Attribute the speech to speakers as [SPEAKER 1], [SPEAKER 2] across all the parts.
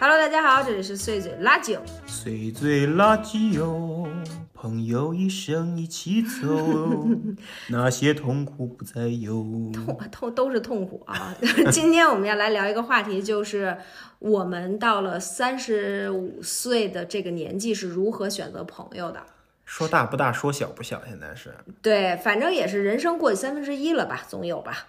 [SPEAKER 1] Hello，大家好，这里是碎嘴拉酒，
[SPEAKER 2] 碎嘴垃圾哟，朋友一生一起 走，那些痛苦不再有。
[SPEAKER 1] 痛痛都是痛苦啊。 今天我们要来聊一个话题，就是我们到了三十五岁的这个年纪是如何选择朋友的。
[SPEAKER 2] 说大不大，说小不小，现在是
[SPEAKER 1] 对，反正也是人生过去三分之一了吧，总有吧。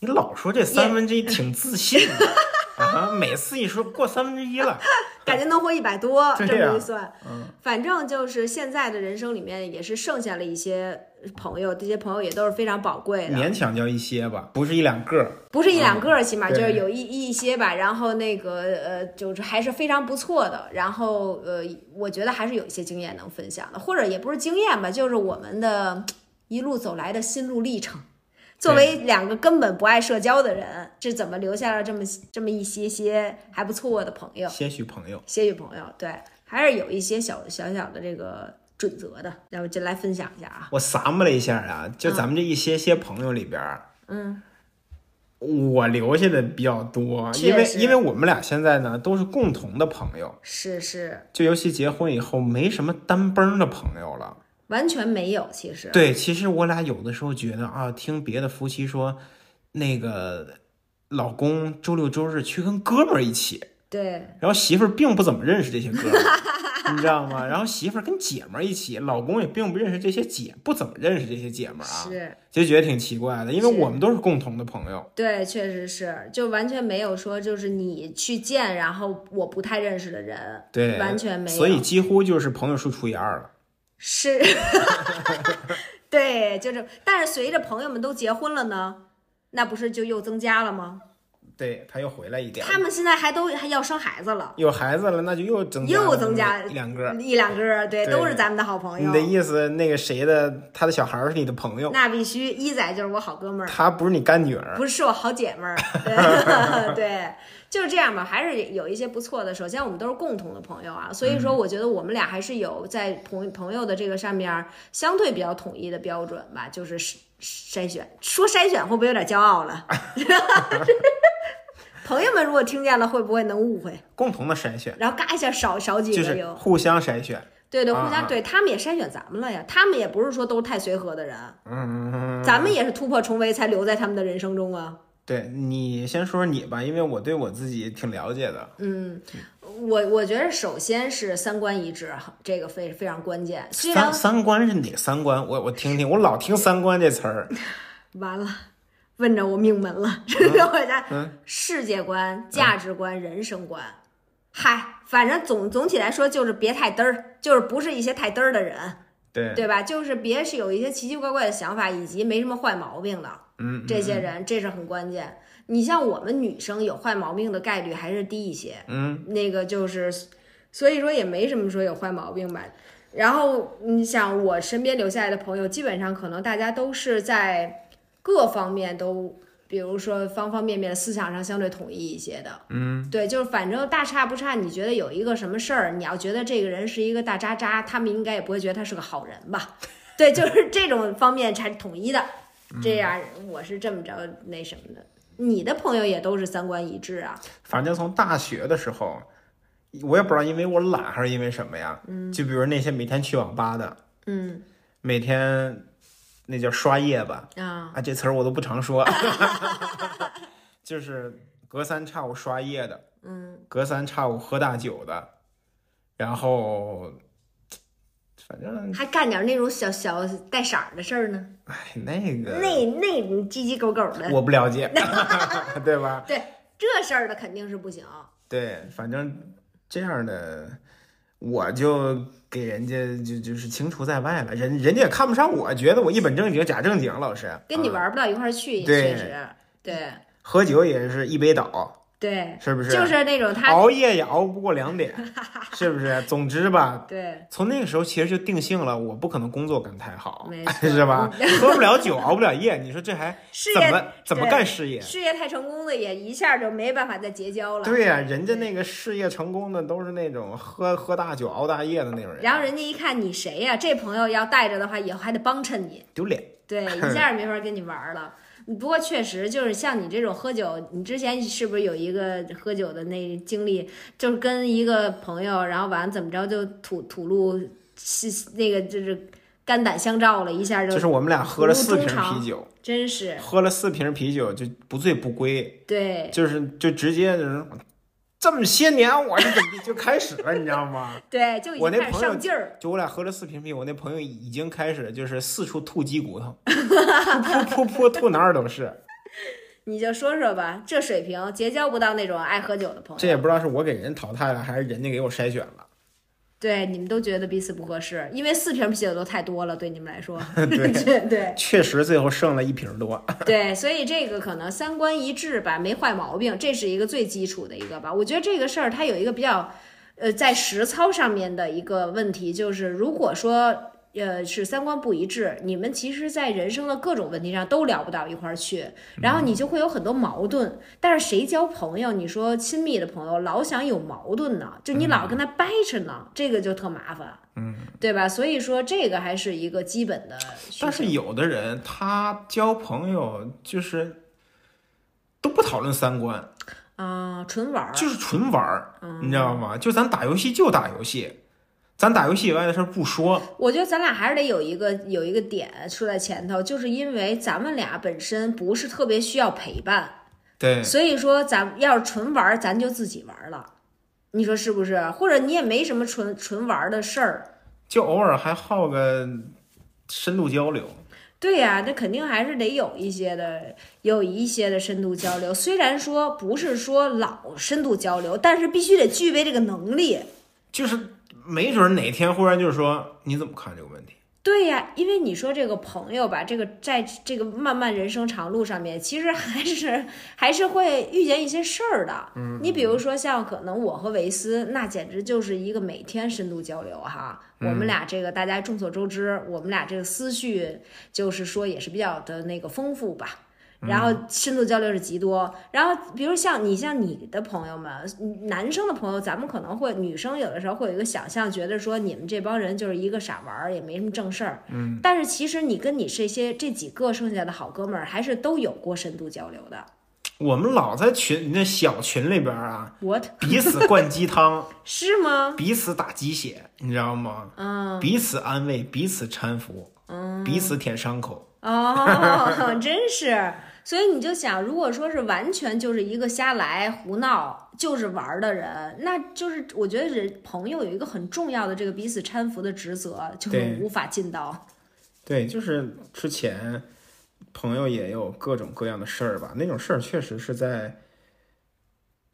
[SPEAKER 2] 你老说这三分之一挺自信 的啊，每次一说过三分之一了，
[SPEAKER 1] 感觉能活一百多，
[SPEAKER 2] 对
[SPEAKER 1] 这么
[SPEAKER 2] 呀
[SPEAKER 1] 一算，
[SPEAKER 2] 嗯，
[SPEAKER 1] 反正就是现在的人生里面也是剩下了一些朋友，这些朋友也都是非常宝贵的。
[SPEAKER 2] 勉强叫一些吧，不是一两个。
[SPEAKER 1] 不是一两个儿，起码
[SPEAKER 2] 嗯对
[SPEAKER 1] 就是有一一些吧。然后那个呃，就是还是非常不错的。然后呃，我觉得还是有一些经验能分享的，或者也不是经验吧，就是我们的一路走来的心路历程。作为两个根本不爱社交的人，是怎么留下了这么这么一些些还不错的朋友、
[SPEAKER 2] 些许朋友，
[SPEAKER 1] 些许朋友？对，还是有一些小小小的这个准则的。然后就来分享一下啊，
[SPEAKER 2] 我撒摸了一下啊，就咱们这一些些朋友里边，
[SPEAKER 1] 嗯，
[SPEAKER 2] 我留下的比较多，
[SPEAKER 1] 确
[SPEAKER 2] 因为
[SPEAKER 1] 实
[SPEAKER 2] 因为我们俩现在呢都是共同的朋友，
[SPEAKER 1] 是是，
[SPEAKER 2] 就尤其结婚以后没什么单崩的朋友了。
[SPEAKER 1] 完全没有，其实
[SPEAKER 2] 对，其实我俩有的时候觉得啊，听别的夫妻说，那个老公周六周日去跟哥们儿一起，
[SPEAKER 1] 对
[SPEAKER 2] 然后媳妇儿并不怎么认识这些哥们儿， 你知道吗？然后媳妇儿跟姐们儿一起，老公也并不认识这些姐，不怎么认识这些姐们儿啊，
[SPEAKER 1] 是。
[SPEAKER 2] 就觉得挺奇怪的，因为
[SPEAKER 1] 是
[SPEAKER 2] 我们都是共同的朋友。
[SPEAKER 1] 对，确实是，就完全没有说就是你去见，然后我不太认识的人，
[SPEAKER 2] 对，
[SPEAKER 1] 完全没有，
[SPEAKER 2] 所以几乎就是朋友数除以二了。
[SPEAKER 1] 是， 对，就是，但是随着朋友们都结婚了呢，那不是就又增加了吗？
[SPEAKER 2] 对，他又回来一点儿，
[SPEAKER 1] 他们现在还都还要生孩子了，
[SPEAKER 2] 有孩子了，那就又增加
[SPEAKER 1] 又
[SPEAKER 2] 了
[SPEAKER 1] 增
[SPEAKER 2] 那
[SPEAKER 1] 加
[SPEAKER 2] 么一两个儿。
[SPEAKER 1] 一两个儿，对，
[SPEAKER 2] 对
[SPEAKER 1] 都是咱们的好朋
[SPEAKER 2] 你的
[SPEAKER 1] 友，
[SPEAKER 2] 意思，那个谁的，他的小孩儿是你的朋友，
[SPEAKER 1] 那必须，一仔就是我好哥们儿。
[SPEAKER 2] 她不是你干女儿。
[SPEAKER 1] 不是是我好姐妹儿，对 对，就是这样吧，还是有一些不错的。首先，我们都是共同的朋友啊，所以说
[SPEAKER 2] 嗯
[SPEAKER 1] 我觉得我们俩还是有在朋朋友的这个上面儿相对比较统一的标准吧，就是筛筛选。说筛选会不会有点骄傲 了？朋友们如果听见了，会不会能误会？
[SPEAKER 2] 共同的筛选，
[SPEAKER 1] 然后嘎一下少少几
[SPEAKER 2] 就
[SPEAKER 1] 个
[SPEAKER 2] 是
[SPEAKER 1] 有，
[SPEAKER 2] 互相筛选。
[SPEAKER 1] 对对，互
[SPEAKER 2] 啊
[SPEAKER 1] 相
[SPEAKER 2] 啊
[SPEAKER 1] 对他们也筛选咱们了呀，他们也不是说都是太随和的人，
[SPEAKER 2] 嗯，
[SPEAKER 1] 咱们也是突破重围才留在他们的人生中啊。
[SPEAKER 2] 对你先说说你吧，因为我对我自己挺了解的。
[SPEAKER 1] 嗯，我我觉得首先是三观一致，这个非非常关键。虽然
[SPEAKER 2] 三三观是哪三观？我我听听，我老听三观这词儿。
[SPEAKER 1] 完了，问着我命门
[SPEAKER 2] 嗯
[SPEAKER 1] 了，这个我家、世界观、价值观、人生观，嗨，反正总总体来说就是别太嘚儿，就是不是一些太嘚儿的人，
[SPEAKER 2] 对，
[SPEAKER 1] 对吧？就是别是有一些奇奇怪怪的想法，以及没什么坏毛病的
[SPEAKER 2] 嗯，
[SPEAKER 1] 这些人，这是很关键。你像我们女生有坏毛病的概率还是低一些，
[SPEAKER 2] 嗯，
[SPEAKER 1] 那个就是，所以说也没什么说有坏毛病吧。然后你想，我身边留下来的朋友，基本上可能大家都是在各方面都，比如说方方面面思想上相对统一一些的。嗯，对，就是反正大差不差。你觉得有一个什么事儿，你要觉得这个人是一个大渣渣，他们应该也不会觉得他是个好人吧？ 对，就是这种方面才统一的。
[SPEAKER 2] 嗯
[SPEAKER 1] 这样我是这么着那什么的。你的朋友也都是三观一致啊？
[SPEAKER 2] 反正从大学的时候，我也不知道因为我懒还是因为什么呀。嗯，就比如那些每天去网吧的，
[SPEAKER 1] 嗯
[SPEAKER 2] 每天那叫刷夜吧，
[SPEAKER 1] 啊。
[SPEAKER 2] 啊，这词儿我都不常说， 就是隔三差五刷夜的，
[SPEAKER 1] 嗯，
[SPEAKER 2] 隔三差五喝大酒的，然后反正
[SPEAKER 1] 还干点那种小小带色儿的事儿呢，
[SPEAKER 2] 哎那个
[SPEAKER 1] 那那种鸡鸡狗狗的，
[SPEAKER 2] 我不了解， 对吧？
[SPEAKER 1] 对这事儿的肯定是不行。
[SPEAKER 2] 对，反正这样的我就给人家就就是清除在外了，人人家也看不上我，觉得我一本正经假正经，老师
[SPEAKER 1] 跟你
[SPEAKER 2] 啊
[SPEAKER 1] 玩不到一块儿去，
[SPEAKER 2] 对
[SPEAKER 1] 确实，对
[SPEAKER 2] 喝酒也是一杯倒，
[SPEAKER 1] 对，
[SPEAKER 2] 是不是？
[SPEAKER 1] 就是那种 他，
[SPEAKER 2] 熬夜也熬不过两点，是不是？总之吧，
[SPEAKER 1] 对，
[SPEAKER 2] 从那个时候其实就定性了，我不可能工作干太好
[SPEAKER 1] 没，错
[SPEAKER 2] 是 吧？喝不了酒，熬不了夜，你说这还
[SPEAKER 1] 事
[SPEAKER 2] 怎
[SPEAKER 1] 业
[SPEAKER 2] 么怎么
[SPEAKER 1] 对
[SPEAKER 2] 干事业？
[SPEAKER 1] 事业太成功的也一下就没办法再结交了。
[SPEAKER 2] 对呀、人家那个事业成功的都是那种喝喝大酒熬大夜的那种人，
[SPEAKER 1] 然后人家一看你谁呀、这朋友要带着的话，以后还得帮衬你，
[SPEAKER 2] 丢脸。
[SPEAKER 1] 对，一下儿没法跟你玩儿了。不过确实就是像你这种喝酒，你之前是不是有一个喝酒的那经历，就是跟一个朋友，然后完了怎么着就吐吐露，是那个就是肝胆相照了一下就，
[SPEAKER 2] 就是我们俩喝了四瓶啤酒，
[SPEAKER 1] 真是
[SPEAKER 2] 喝了四瓶啤酒就不醉不归，
[SPEAKER 1] 对
[SPEAKER 2] 就是就直接就是这么些年我是怎么地就开始了，你知道吗？
[SPEAKER 1] 对，就已
[SPEAKER 2] 我
[SPEAKER 1] 经
[SPEAKER 2] 那
[SPEAKER 1] 开始
[SPEAKER 2] 朋友
[SPEAKER 1] 上劲儿，
[SPEAKER 2] 就我俩喝了四瓶啤，我那朋友已经开始就是四处吐鸡骨头，噗噗噗吐哪儿都是。
[SPEAKER 1] 你就说说吧，这水平结交不到那种爱喝酒的朋
[SPEAKER 2] 这
[SPEAKER 1] 友。
[SPEAKER 2] 也不知道是我给人淘汰了，还是人家给我筛选了。
[SPEAKER 1] 对，你们都觉得彼此不合适，因为四瓶啤酒都太多了，对你们来说。
[SPEAKER 2] 对
[SPEAKER 1] 对
[SPEAKER 2] 确实最后剩了一瓶多。
[SPEAKER 1] 对，所以这个可能三观一致吧，没坏毛病，这是一个最基础的一个吧。我觉得这个事儿它有一个比较，呃，在实操上面的一个问题，就是如果说。呃，是三观不一致，你们其实，在人生的各种问题上都聊不到一块儿去，
[SPEAKER 2] 嗯
[SPEAKER 1] 然后你就会有很多矛盾。但是谁交朋友？你说亲密的朋友老想有矛盾呢，就你老跟他掰扯呢，这个就特麻烦，嗯，对吧？所以说这个还是一个基本的需求。
[SPEAKER 2] 但是有的人他交朋友就是都不讨论三观，
[SPEAKER 1] 啊、纯玩儿，
[SPEAKER 2] 就是纯玩儿，你知道吗？就咱打游戏就打游戏，咱打游戏以外的事儿不说。
[SPEAKER 1] 我觉得咱俩还是得有一个有一个点说在前头，就是因为咱们俩本身不是特别需要陪伴，
[SPEAKER 2] 对，
[SPEAKER 1] 所以说咱们要是纯玩儿，咱就自己玩儿了，你说是不是？或者你也没什么纯纯玩儿的事儿，
[SPEAKER 2] 就偶尔还好个深度交流。
[SPEAKER 1] 对呀、那肯定还是得有一些的，有一些的深度交流。虽然说不是说老深度交流，但是必须得具备这个能力。
[SPEAKER 2] 就是没准儿哪天忽然就是说，你怎么看这个问题？
[SPEAKER 1] 对呀，因为你说这个朋友吧，这个在这个漫漫人生长路上面，其实还是还是会遇见一些事儿的。嗯，你比如说像可能我和维斯，那简直就是一个每天深度交流哈。我们俩这个大家众所周知，我们俩这个思绪就是说也是比较的那个丰富吧。然后深度交流是极多，然后比如像你像你的朋友们，嗯男生的朋友，咱们可能会女生有的时候会有一个想象，觉得说你们这帮人就是一个傻玩儿，也没什么正事儿。嗯，但是其实你跟你这些这几个剩下的好哥们儿，还是都有过深度交流的。
[SPEAKER 2] 我们老在群那小群里边儿啊，
[SPEAKER 1] What
[SPEAKER 2] 彼此灌鸡汤，
[SPEAKER 1] 是吗？
[SPEAKER 2] 彼此打鸡血，你知道吗？
[SPEAKER 1] 嗯，
[SPEAKER 2] 彼此安慰，彼此搀扶，彼此舔伤口。
[SPEAKER 1] 哦， 真是。所以你就想，如果说是完全就是一个瞎来胡闹，就是玩儿的人，那就是我觉得人朋友有一个很重要的这个彼此搀扶的职责，就是
[SPEAKER 2] 对
[SPEAKER 1] 无法尽到。
[SPEAKER 2] 对，就是之前朋友也有各种各样的事儿吧，那种事儿确实是在，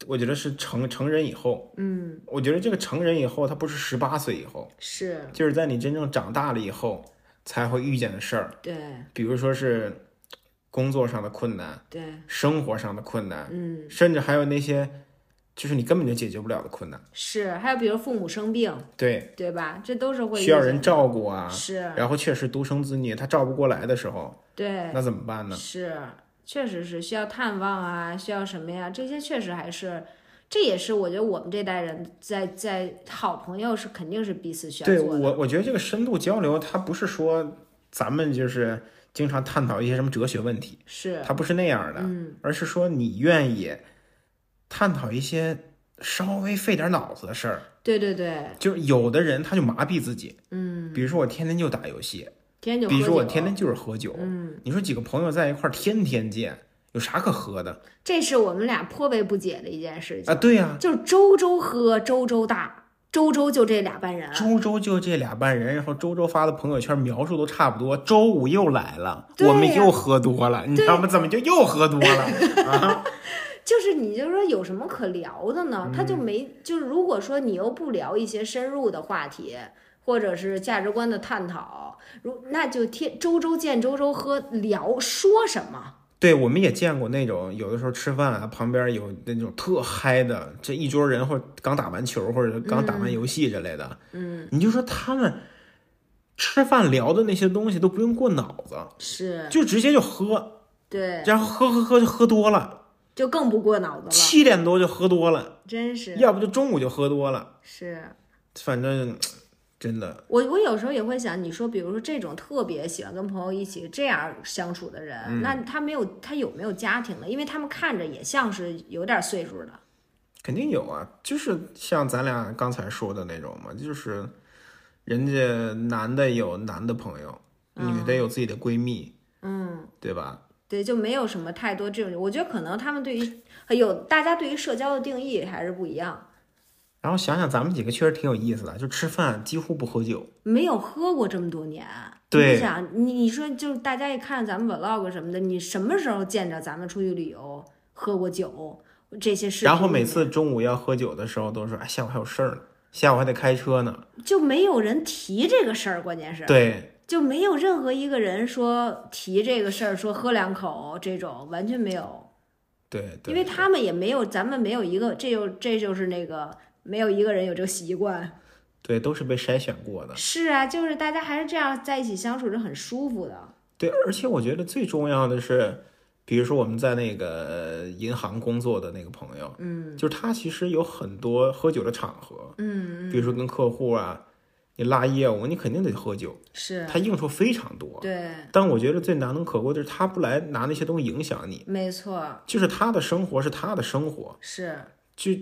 [SPEAKER 2] 我觉得是成成人以后，
[SPEAKER 1] 嗯，
[SPEAKER 2] 我觉得这个成人以后，他不是十八岁以后，
[SPEAKER 1] 是
[SPEAKER 2] 就是在你真正长大了以后才会遇见的事儿。
[SPEAKER 1] 对
[SPEAKER 2] 比如说是工作上的困难、
[SPEAKER 1] 对，
[SPEAKER 2] 生活上的困难，
[SPEAKER 1] 嗯，
[SPEAKER 2] 甚至还有那些就是你根本就解决不了的困难，
[SPEAKER 1] 是。还有比如父母生病，
[SPEAKER 2] 对，
[SPEAKER 1] 对吧？这都是会
[SPEAKER 2] 需要
[SPEAKER 1] 遇见
[SPEAKER 2] 人照顾啊。
[SPEAKER 1] 是，
[SPEAKER 2] 然后确实独生子女他照顾不过来的时候，
[SPEAKER 1] 对，
[SPEAKER 2] 那怎么办呢？
[SPEAKER 1] 是，确实是需要探望啊，需要什么呀？这些确实还是，这也是我觉得我们这代人在在好朋友是肯定是彼此需要
[SPEAKER 2] 对
[SPEAKER 1] 做的。
[SPEAKER 2] 我，我觉得这个深度交流，它不是说咱们就是经常探讨一些什么哲学问题，
[SPEAKER 1] 是，
[SPEAKER 2] 它不是那样的，
[SPEAKER 1] 嗯，
[SPEAKER 2] 而是说你愿意探讨一些稍微费点脑子的事儿。
[SPEAKER 1] 对对对，
[SPEAKER 2] 就是有的人他就麻痹自己，
[SPEAKER 1] 嗯，
[SPEAKER 2] 比如说我天天就打游戏，
[SPEAKER 1] 天天就
[SPEAKER 2] 比如
[SPEAKER 1] 喝
[SPEAKER 2] 说我
[SPEAKER 1] 酒
[SPEAKER 2] 天天就是喝酒，
[SPEAKER 1] 嗯，
[SPEAKER 2] 你说几个朋友在一块儿天天见，有啥可喝的
[SPEAKER 1] 这是我们俩颇为不解的一件事情，
[SPEAKER 2] 啊？对呀、
[SPEAKER 1] 就是周周喝，周周大，周周就这俩半人，
[SPEAKER 2] 周周就这俩半人，然后周周发的朋友圈描述都差不多。周五又来了，
[SPEAKER 1] 对呀
[SPEAKER 2] 我们又喝多了，你知道吗？怎么就又喝多了？
[SPEAKER 1] 就是你就说有什么可聊的呢？他就没
[SPEAKER 2] 嗯
[SPEAKER 1] 就是如果说你又不聊一些深入的话题，或者是价值观的探讨，如那就天周周见周周喝聊说什么？
[SPEAKER 2] 对，我们也见过那种有的时候吃饭啊，旁边有那种特嗨的，这一桌人或者刚打完球或者刚打完游戏之类的，嗯，你就说他们吃饭聊的那些东西都不用过脑子，
[SPEAKER 1] 是
[SPEAKER 2] 就直接就喝，
[SPEAKER 1] 嗯对，
[SPEAKER 2] 然后喝喝喝就喝多了，
[SPEAKER 1] 就更不过脑子了，
[SPEAKER 2] 七点多就喝多了，
[SPEAKER 1] 真是
[SPEAKER 2] 要不就中午就喝多了，
[SPEAKER 1] 是
[SPEAKER 2] 反正真的，
[SPEAKER 1] 我我有时候也会想，你说比如说这种特别喜欢跟朋友一起这样相处的人，
[SPEAKER 2] 嗯
[SPEAKER 1] 那他没有他有没有家庭呢？因为他们看着也像是有点岁数的，
[SPEAKER 2] 肯定有啊，就是像咱俩刚才说的那种嘛，就是人家男的有男的朋友，女
[SPEAKER 1] 嗯
[SPEAKER 2] 的有自己的闺蜜，嗯，对吧？
[SPEAKER 1] 对，就没有什么太多这种。我觉得可能他们对于有大家对于社交的定义还是不一样，
[SPEAKER 2] 然后想想咱们几个确实挺有意思的，就吃饭几乎不喝酒，
[SPEAKER 1] 没有喝过这么多年。
[SPEAKER 2] 对
[SPEAKER 1] 你想你你说就是大家一看咱们 vlog 什么的，你什么时候见着咱们出去旅游喝过酒这些事？
[SPEAKER 2] 然后每次中午要喝酒的时候都说，哎，下午还有事儿呢，下午还得开车呢。
[SPEAKER 1] 就没有人提这个事儿，关键是。
[SPEAKER 2] 对，
[SPEAKER 1] 就没有任何一个人说提这个事儿，说喝两口这种完全没有，
[SPEAKER 2] 对，对
[SPEAKER 1] 因为他们也没有，咱们没有一个，这就这就是那个没有一个人有这个习惯。
[SPEAKER 2] 对都是被筛选过的。
[SPEAKER 1] 是啊，就是大家还是这样在一起相处是很舒服的。
[SPEAKER 2] 对，而且我觉得最重要的是，比如说我们在那个呃银行工作的那个朋友，嗯，就是他其实有很多喝酒的场合，嗯，比如说跟客户啊，你拉业务，你肯定得喝酒，
[SPEAKER 1] 是，
[SPEAKER 2] 他应酬非常多。
[SPEAKER 1] 对，
[SPEAKER 2] 但我觉得最难能可贵的是他不来拿那些东西影响你，
[SPEAKER 1] 没错，
[SPEAKER 2] 就是他的生活是他的生活，
[SPEAKER 1] 是，
[SPEAKER 2] 就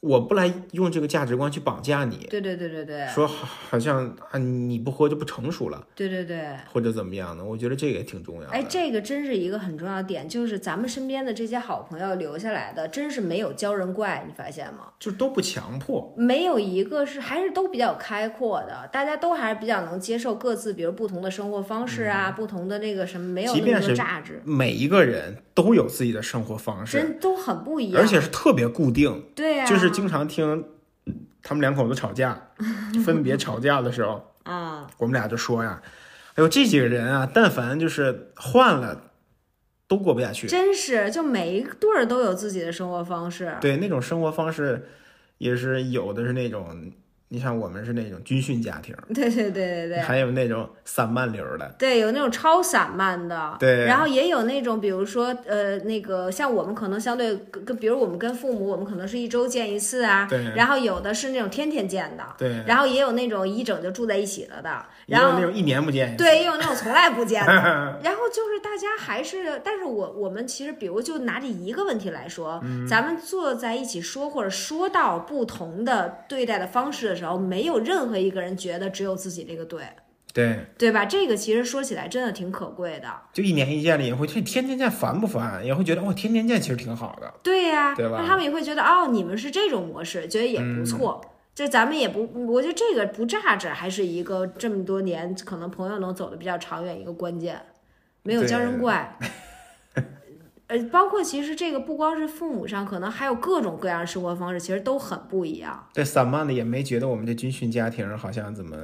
[SPEAKER 2] 我不来用这个价值观去绑架你，
[SPEAKER 1] 对对对对对，
[SPEAKER 2] 说好好像啊你不喝就不成熟了
[SPEAKER 1] 对对对。
[SPEAKER 2] 或者怎么样的，我觉得这个也挺重要的。
[SPEAKER 1] 哎，这个真是一个很重要的点，就是咱们身边的这些好朋友留下来的，真是没有教人怪，你发现吗？
[SPEAKER 2] 就都不强迫，
[SPEAKER 1] 没有一个是还是都比较开阔的，大家都还是比较能接受各自，比如不同的生活方式啊，不同的那个什么，没有
[SPEAKER 2] 嗯即
[SPEAKER 1] 那么
[SPEAKER 2] 便
[SPEAKER 1] 多
[SPEAKER 2] 是
[SPEAKER 1] 榨汁，
[SPEAKER 2] 每一个人都有自己的生活方式，
[SPEAKER 1] 真都很不一样。
[SPEAKER 2] 而且是特别固定，
[SPEAKER 1] 对啊，
[SPEAKER 2] 就是经常听他们两口子 吵架，分别吵架的时候，
[SPEAKER 1] 啊，
[SPEAKER 2] 我们俩就说呀，哎呦这几个人啊，但凡就是换了，都过不下去。
[SPEAKER 1] 真是就每一对儿都有自己的生活方式。
[SPEAKER 2] 对，那种生活方式也是有的，是那种你像我们是那种军训家庭，
[SPEAKER 1] 对对对对对。
[SPEAKER 2] 还有那种散漫流儿的，
[SPEAKER 1] 对，有那种超散漫的，
[SPEAKER 2] 对啊
[SPEAKER 1] 然后也有那种，比如说，呃，那个像我们可能相对跟，跟比如我们跟父母，我们可能是一周见一次啊，
[SPEAKER 2] 对
[SPEAKER 1] 然后有的是那种天天见的，
[SPEAKER 2] 对，
[SPEAKER 1] 然后也有那种一整就住在一起了的，
[SPEAKER 2] 嗯也
[SPEAKER 1] 然
[SPEAKER 2] 有
[SPEAKER 1] 后
[SPEAKER 2] 那种一年不见一次，
[SPEAKER 1] 对，也有那种从来不见的。然后就是大家还是，但是我我们其实，比如就拿这一个问题来说，咱们坐在一起说或者说到不同的对待的方式的时候，没有任何一个人觉得只有自己这个对，
[SPEAKER 2] 对。
[SPEAKER 1] 对吧？这个其实说起来真的挺可贵的。
[SPEAKER 2] 就一年一见了也会，这天天见烦不烦？也会觉得哦，天天见其实挺好的。
[SPEAKER 1] 对呀、
[SPEAKER 2] 对吧
[SPEAKER 1] 那他们也会觉得哦，你们是这种模式，觉得也不错。
[SPEAKER 2] 嗯
[SPEAKER 1] 就咱们也不，我觉得这个不榨着还是一个这么多年可能朋友能走的比较长远一个关键，没有
[SPEAKER 2] 对
[SPEAKER 1] 教人怪。呃，包括其实这个不光是父母上，可能还有各种各样的生活方式，其实都很不一样。
[SPEAKER 2] 对，散漫的也没觉得我们这军训家庭好像怎么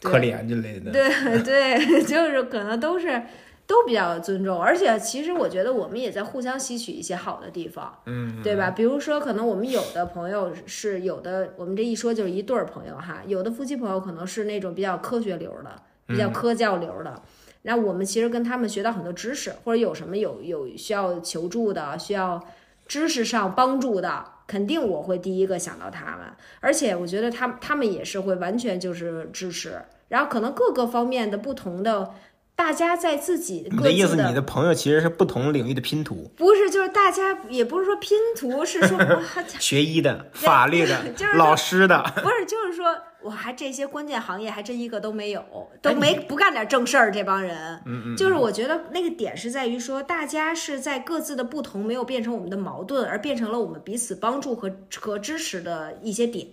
[SPEAKER 1] 对
[SPEAKER 2] 可怜之类的。
[SPEAKER 1] 对对， 就是可能都是都比较尊重，而且其实我觉得我们也在互相吸取一些好的地方，嗯，对吧？比如说，可能我们有的朋友是有的，我们这一说就是一对儿朋友哈，有的夫妻朋友可能是那种比较科学流儿的，比较科教流儿的。那我们其实跟他们学到很多知识，或者有什么有有需要求助的、需要知识上帮助的，肯定我会第一个想到他们。而且我觉得他他们也是会完全就是支持，然后可能各个方面的不同的，大家在自己
[SPEAKER 2] 你
[SPEAKER 1] 各
[SPEAKER 2] 的意
[SPEAKER 1] 自
[SPEAKER 2] 思， 你的朋友其实是不同领域的 拼图，
[SPEAKER 1] 不是就是大家也不是说拼图，是说哇
[SPEAKER 2] 学医的、法律的
[SPEAKER 1] 就是、
[SPEAKER 2] 老师 的，
[SPEAKER 1] 不是就是说我还这些关键行业还真一个都没有，都没不干点正事儿，这帮人，哎嗯嗯，就是我觉得那个点是在于说，大家是在各自的不同没有变成我们的矛盾，而变成了我们彼此帮助和和支持的一些点，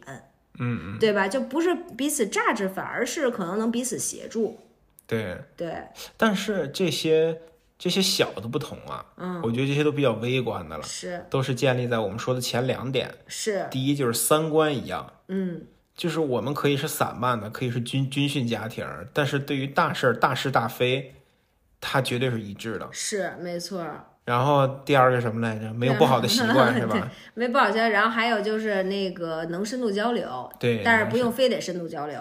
[SPEAKER 2] 嗯
[SPEAKER 1] 嗯，对吧？就不是彼此榨制，反而是可能能彼此协助。
[SPEAKER 2] 对。
[SPEAKER 1] 对，
[SPEAKER 2] 但是这些这些小的不同啊，嗯，我觉得这些都比较微观的了，
[SPEAKER 1] 是
[SPEAKER 2] 都是建立在我们说的前两点。
[SPEAKER 1] 是，
[SPEAKER 2] 第一就是三观一样，
[SPEAKER 1] 嗯，
[SPEAKER 2] 就是我们可以是散漫的，可以是军军训家庭，但是对于大事儿、大是大非，它绝对是一致的。
[SPEAKER 1] 是没错儿，
[SPEAKER 2] 然后第二个什么来着？没有不好的习惯是 吧？
[SPEAKER 1] 没不好交流。然后还有就是那个能深度交流，
[SPEAKER 2] 对，
[SPEAKER 1] 但是不用非得深度交流。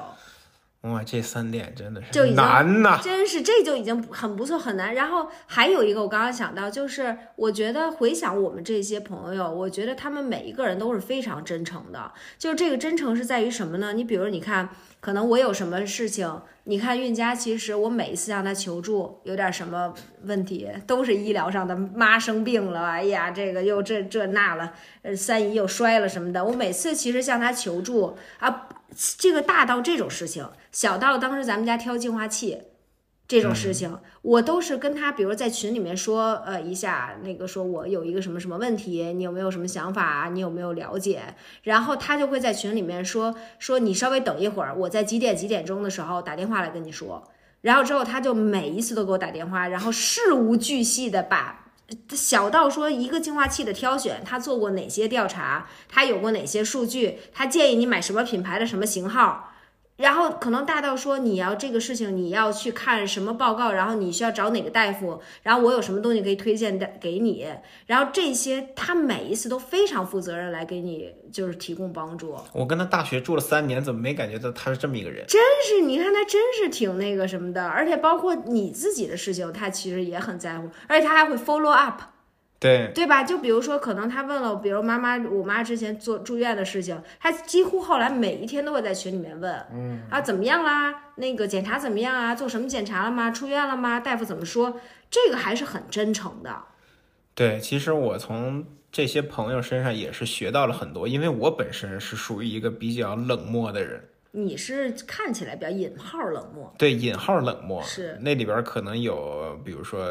[SPEAKER 2] 哇，这三点真的
[SPEAKER 1] 就已
[SPEAKER 2] 是
[SPEAKER 1] 经
[SPEAKER 2] 难呐、
[SPEAKER 1] 真是这就已经很不错很难。然后还有一个我刚刚想到，就是我觉得回想我们这些朋友，我觉得他们每一个人都是非常真诚的。就是这个真诚是在于什么呢？你比如你看，可能我有什么事情，你看韵佳，其实我每一次向她求助，有点什么问题，都是医疗上的，妈生病了，哎呀，这个又这这那了，呃三姨又摔了什么的，我每次其实向她求助啊。这个大到这种事情，小到当时咱们家挑净化器，这种事情，我都是跟他，比如在群里面说，呃，一下那个说我有一个什么什么问题，你有没有什么想法，啊你有没有了解？然后他就会在群里面说说你稍微等一会儿，我在几点几点钟的时候打电话来跟你说。然后之后他就每一次都给我打电话，然后事无巨细的把。小到说一个净化器的挑选，他做过哪些调查，他有过哪些数据，他建议你买什么品牌的什么型号，然后可能大到说你要这个事情，你要去看什么报告，然后你需要找哪个大夫，然后我有什么东西可以推荐的给你，然后这些他每一次都非常负责任来给你就是提供帮助。
[SPEAKER 2] 我跟他大学住了三年，怎么没感觉到他是这么一个人？
[SPEAKER 1] 真是，你看他真是挺那个什么的，而且包括你自己的事情，他其实也很在乎，而且他还会 follow up。
[SPEAKER 2] 对，
[SPEAKER 1] 对吧？就比如说，可能他问了，比如妈妈，我妈之前做住院的事情，他几乎后来每一天都会在群里面问，嗯啊怎么样啦？那个检查怎么样啊？做什么检查了吗？出院了吗？大夫怎么说？这个还是很真诚的。
[SPEAKER 2] 对，其实我从这些朋友身上也是学到了很多，因为我本身是属于一个比较冷漠的人，
[SPEAKER 1] 你是看起来比较引号冷漠，
[SPEAKER 2] 对，引号冷漠
[SPEAKER 1] 是
[SPEAKER 2] 那里边可能有，比如说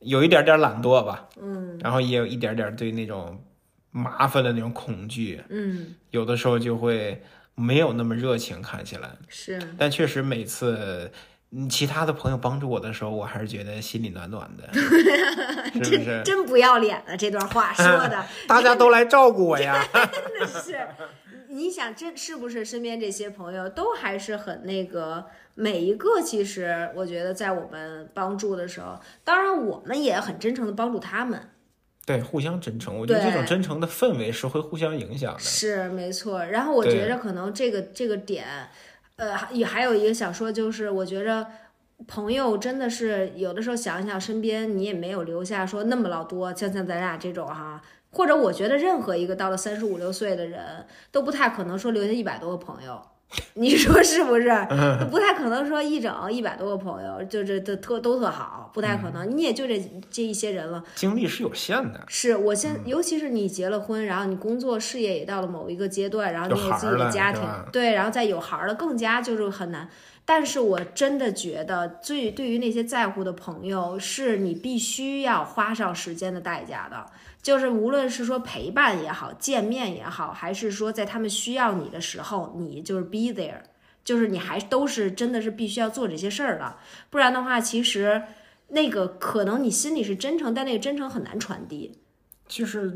[SPEAKER 2] 有一点点懒惰吧，嗯，然后也有一点点对那种麻烦的那种恐惧，
[SPEAKER 1] 嗯，
[SPEAKER 2] 有的时候就会没有那么热情，看起来。
[SPEAKER 1] 是
[SPEAKER 2] 但确实每次嗯其他的朋友帮助我的时候，我还是觉得心里暖暖 的，是不是？
[SPEAKER 1] 真不要脸了，这段话说的
[SPEAKER 2] 大家都来照顾我呀。
[SPEAKER 1] 真的是。你想，这是不是身边这些朋友都还是很那个？每一个其实，我觉得在我们帮助的时候，当然我们也很真诚的帮助他们，
[SPEAKER 2] 对，互相真诚，我觉得
[SPEAKER 1] 对
[SPEAKER 2] 这种真诚的氛围是会互相影响的。
[SPEAKER 1] 是没错。然后我
[SPEAKER 2] 对
[SPEAKER 1] 觉着可能这个这个点，呃，也还有一个想说，就是我觉着朋友真的是有的时候想一想，身边你也没有留下说那么老多，像像咱俩这种哈。或者我觉得任何一个到了三十五六岁的人都不太可能说留下一百多个朋友， 你说是不 是？都不太可能说一整一百多个朋友，就这这特都特好，不太可能。
[SPEAKER 2] 嗯
[SPEAKER 1] 你也就这这一些人了，
[SPEAKER 2] 精力是有限的，
[SPEAKER 1] 是我
[SPEAKER 2] 嗯
[SPEAKER 1] 现，尤其是你结了婚，然后你工作事业也到了某一个阶段，然后
[SPEAKER 2] 有
[SPEAKER 1] 你有
[SPEAKER 2] 孩
[SPEAKER 1] 自
[SPEAKER 2] 儿
[SPEAKER 1] 己的
[SPEAKER 2] 了
[SPEAKER 1] 家
[SPEAKER 2] 对
[SPEAKER 1] 庭
[SPEAKER 2] 吧，
[SPEAKER 1] 对，然后再有孩儿了，更加就是很难。但是我真的觉得，最对于那些在乎的朋友，是你必须要花上时间的代价的。就是无论是说陪伴也好，见面也好，还是说在他们需要你的时候，你就是 be there，就是你还都是真的是必须要做这些事儿的，不然的话，其实那个可能你心里是真诚，但那个真诚很难传递。
[SPEAKER 2] 就是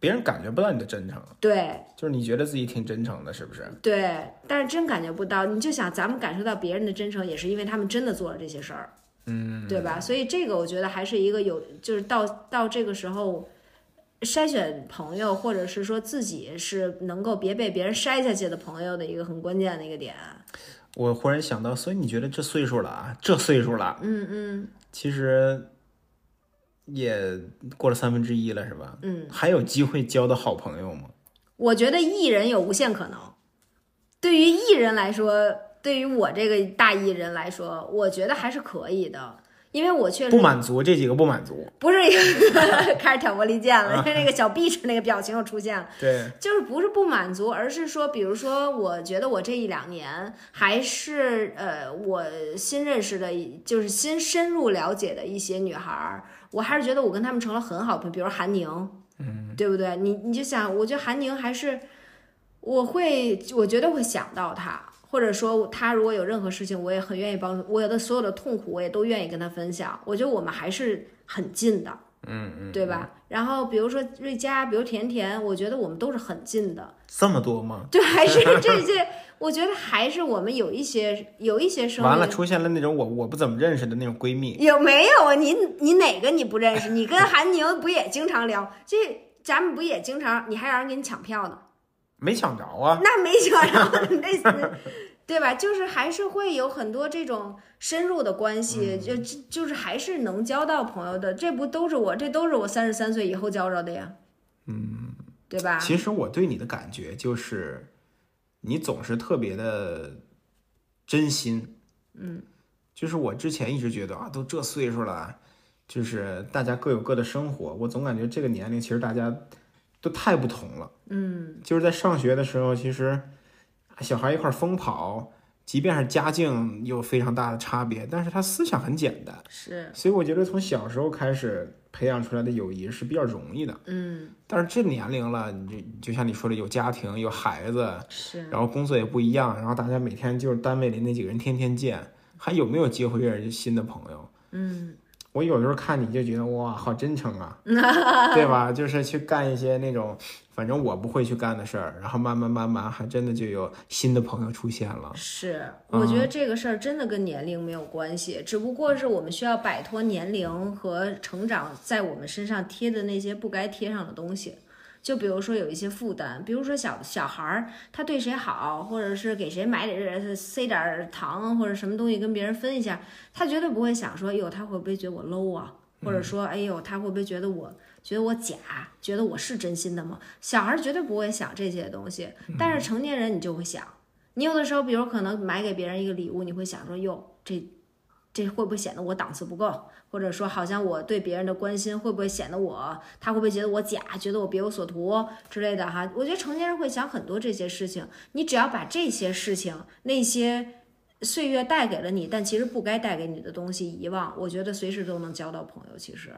[SPEAKER 2] 别人感觉不到你的真诚，
[SPEAKER 1] 对
[SPEAKER 2] 就是你觉得自己挺真诚的，是不是？
[SPEAKER 1] 对，但是真感觉不到。你就想，咱们感受到别人的真诚，也是因为他们真的做了这些事儿，嗯，对吧？所以这个我觉得还是一个有，就是到到这个时候，筛选朋友，或者是说自己是能够别被别人筛下去的朋友的一个很关键的一个点。
[SPEAKER 2] 我忽然想到，所以你觉得这岁数了啊，这岁数了，
[SPEAKER 1] 嗯嗯
[SPEAKER 2] 其实也过了三分之一了，是吧？
[SPEAKER 1] 嗯，
[SPEAKER 2] 还有机会交到好朋友吗？
[SPEAKER 1] 我觉得艺人有无限可能。对于艺人来说，对于我这个大艺人来说，我觉得还是可以的，因为我确实
[SPEAKER 2] 不满足这几个不满足，
[SPEAKER 1] 不是 开始挑拨离间了，因为那个小 bitch 那个表情又出现了，
[SPEAKER 2] 对，
[SPEAKER 1] 就是不是不满足，而是说，比如说，我觉得我这一两年还是呃，我新认识的，就是新深入了解的一些女孩儿，我还是觉得我跟她们成了很好的朋友，比如韩宁，嗯，对不对？你你就想，我觉得韩宁还是我会，我绝对会想到她。或者说她如果有任何事情，我也很愿意帮助。我有的所有的痛苦，我也都愿意跟她分享。我觉得我们还是很近的，
[SPEAKER 2] 嗯嗯，
[SPEAKER 1] 对吧？然后比如说瑞佳，比如甜甜，我觉得我们都是很近的，
[SPEAKER 2] 这么多吗？
[SPEAKER 1] 就还是这些，我觉得还是我们有一些有一些生
[SPEAKER 2] 完了，
[SPEAKER 1] 命。
[SPEAKER 2] 出现了那种我我不怎么认识的那种闺蜜，
[SPEAKER 1] 有没有啊？你你哪个你不认识？你跟韩宁不也经常聊？这咱们不也经常？你还让人给你抢票呢？
[SPEAKER 2] 没抢着啊。
[SPEAKER 1] 那没想着那，对吧？就是还是会有很多这种深入的关
[SPEAKER 2] 嗯
[SPEAKER 1] 系，就就就是还是能交到朋友的。这不都是我，这都是我三十三岁以后交着的呀，嗯，对吧？
[SPEAKER 2] 其实我对你的感觉就是，你总是特别的真心。嗯，就是我之前一直觉得啊，都这岁数了，就是大家各有各的生活。我总感觉这个年龄其实大家都太不同了。嗯，就是在上学的时候，其实小孩一块儿疯跑，即便是家境有非常大的差别，但是他思想很简单。
[SPEAKER 1] 是，
[SPEAKER 2] 所以我觉得从小时候开始培养出来的友谊是比较容易的。
[SPEAKER 1] 嗯，
[SPEAKER 2] 但是这年龄了，你就就像你说的，有家庭，有孩子，
[SPEAKER 1] 是，
[SPEAKER 2] 然后工作也不一样，然后大家每天就是单位里那几个人天天见，还有没有机会认识新的朋友？
[SPEAKER 1] 嗯，
[SPEAKER 2] 我有的时候看你就觉得哇，好真诚啊，对吧？就是去干一些那种反正我不会去干的事儿，然后慢慢慢慢还真的就有新的朋友出现了。
[SPEAKER 1] 是。我觉得这个事儿真的跟年龄没有关系，只不过是我们需要摆脱年龄和成长在我们身上贴的那些不该贴上的东西。就比如说有一些负担，比如说小小孩儿他对谁好，或者是给谁买点儿塞点儿糖或者什么东西跟别人分一下，他绝对不会想说，哟，哎他会不会觉得我 low 啊？或者说，哎呦，他会不会觉得我觉得我假，觉得我是真心的吗？小孩儿绝对不会想这些东西，但是成年人你就会想，你有的时候，比如可能买给别人一个礼物，你会想说，哟，这这会不会显得我档次不够？或者说，好像我对别人的关心会不会显得我，他会不会觉得我假，觉得我别有所图之类的哈？我觉得成年人会想很多这些事情，你只要把这些事情那些。岁月带给了你，但其实不该带给你的东西遗忘，我觉得随时都能交到朋友。其实，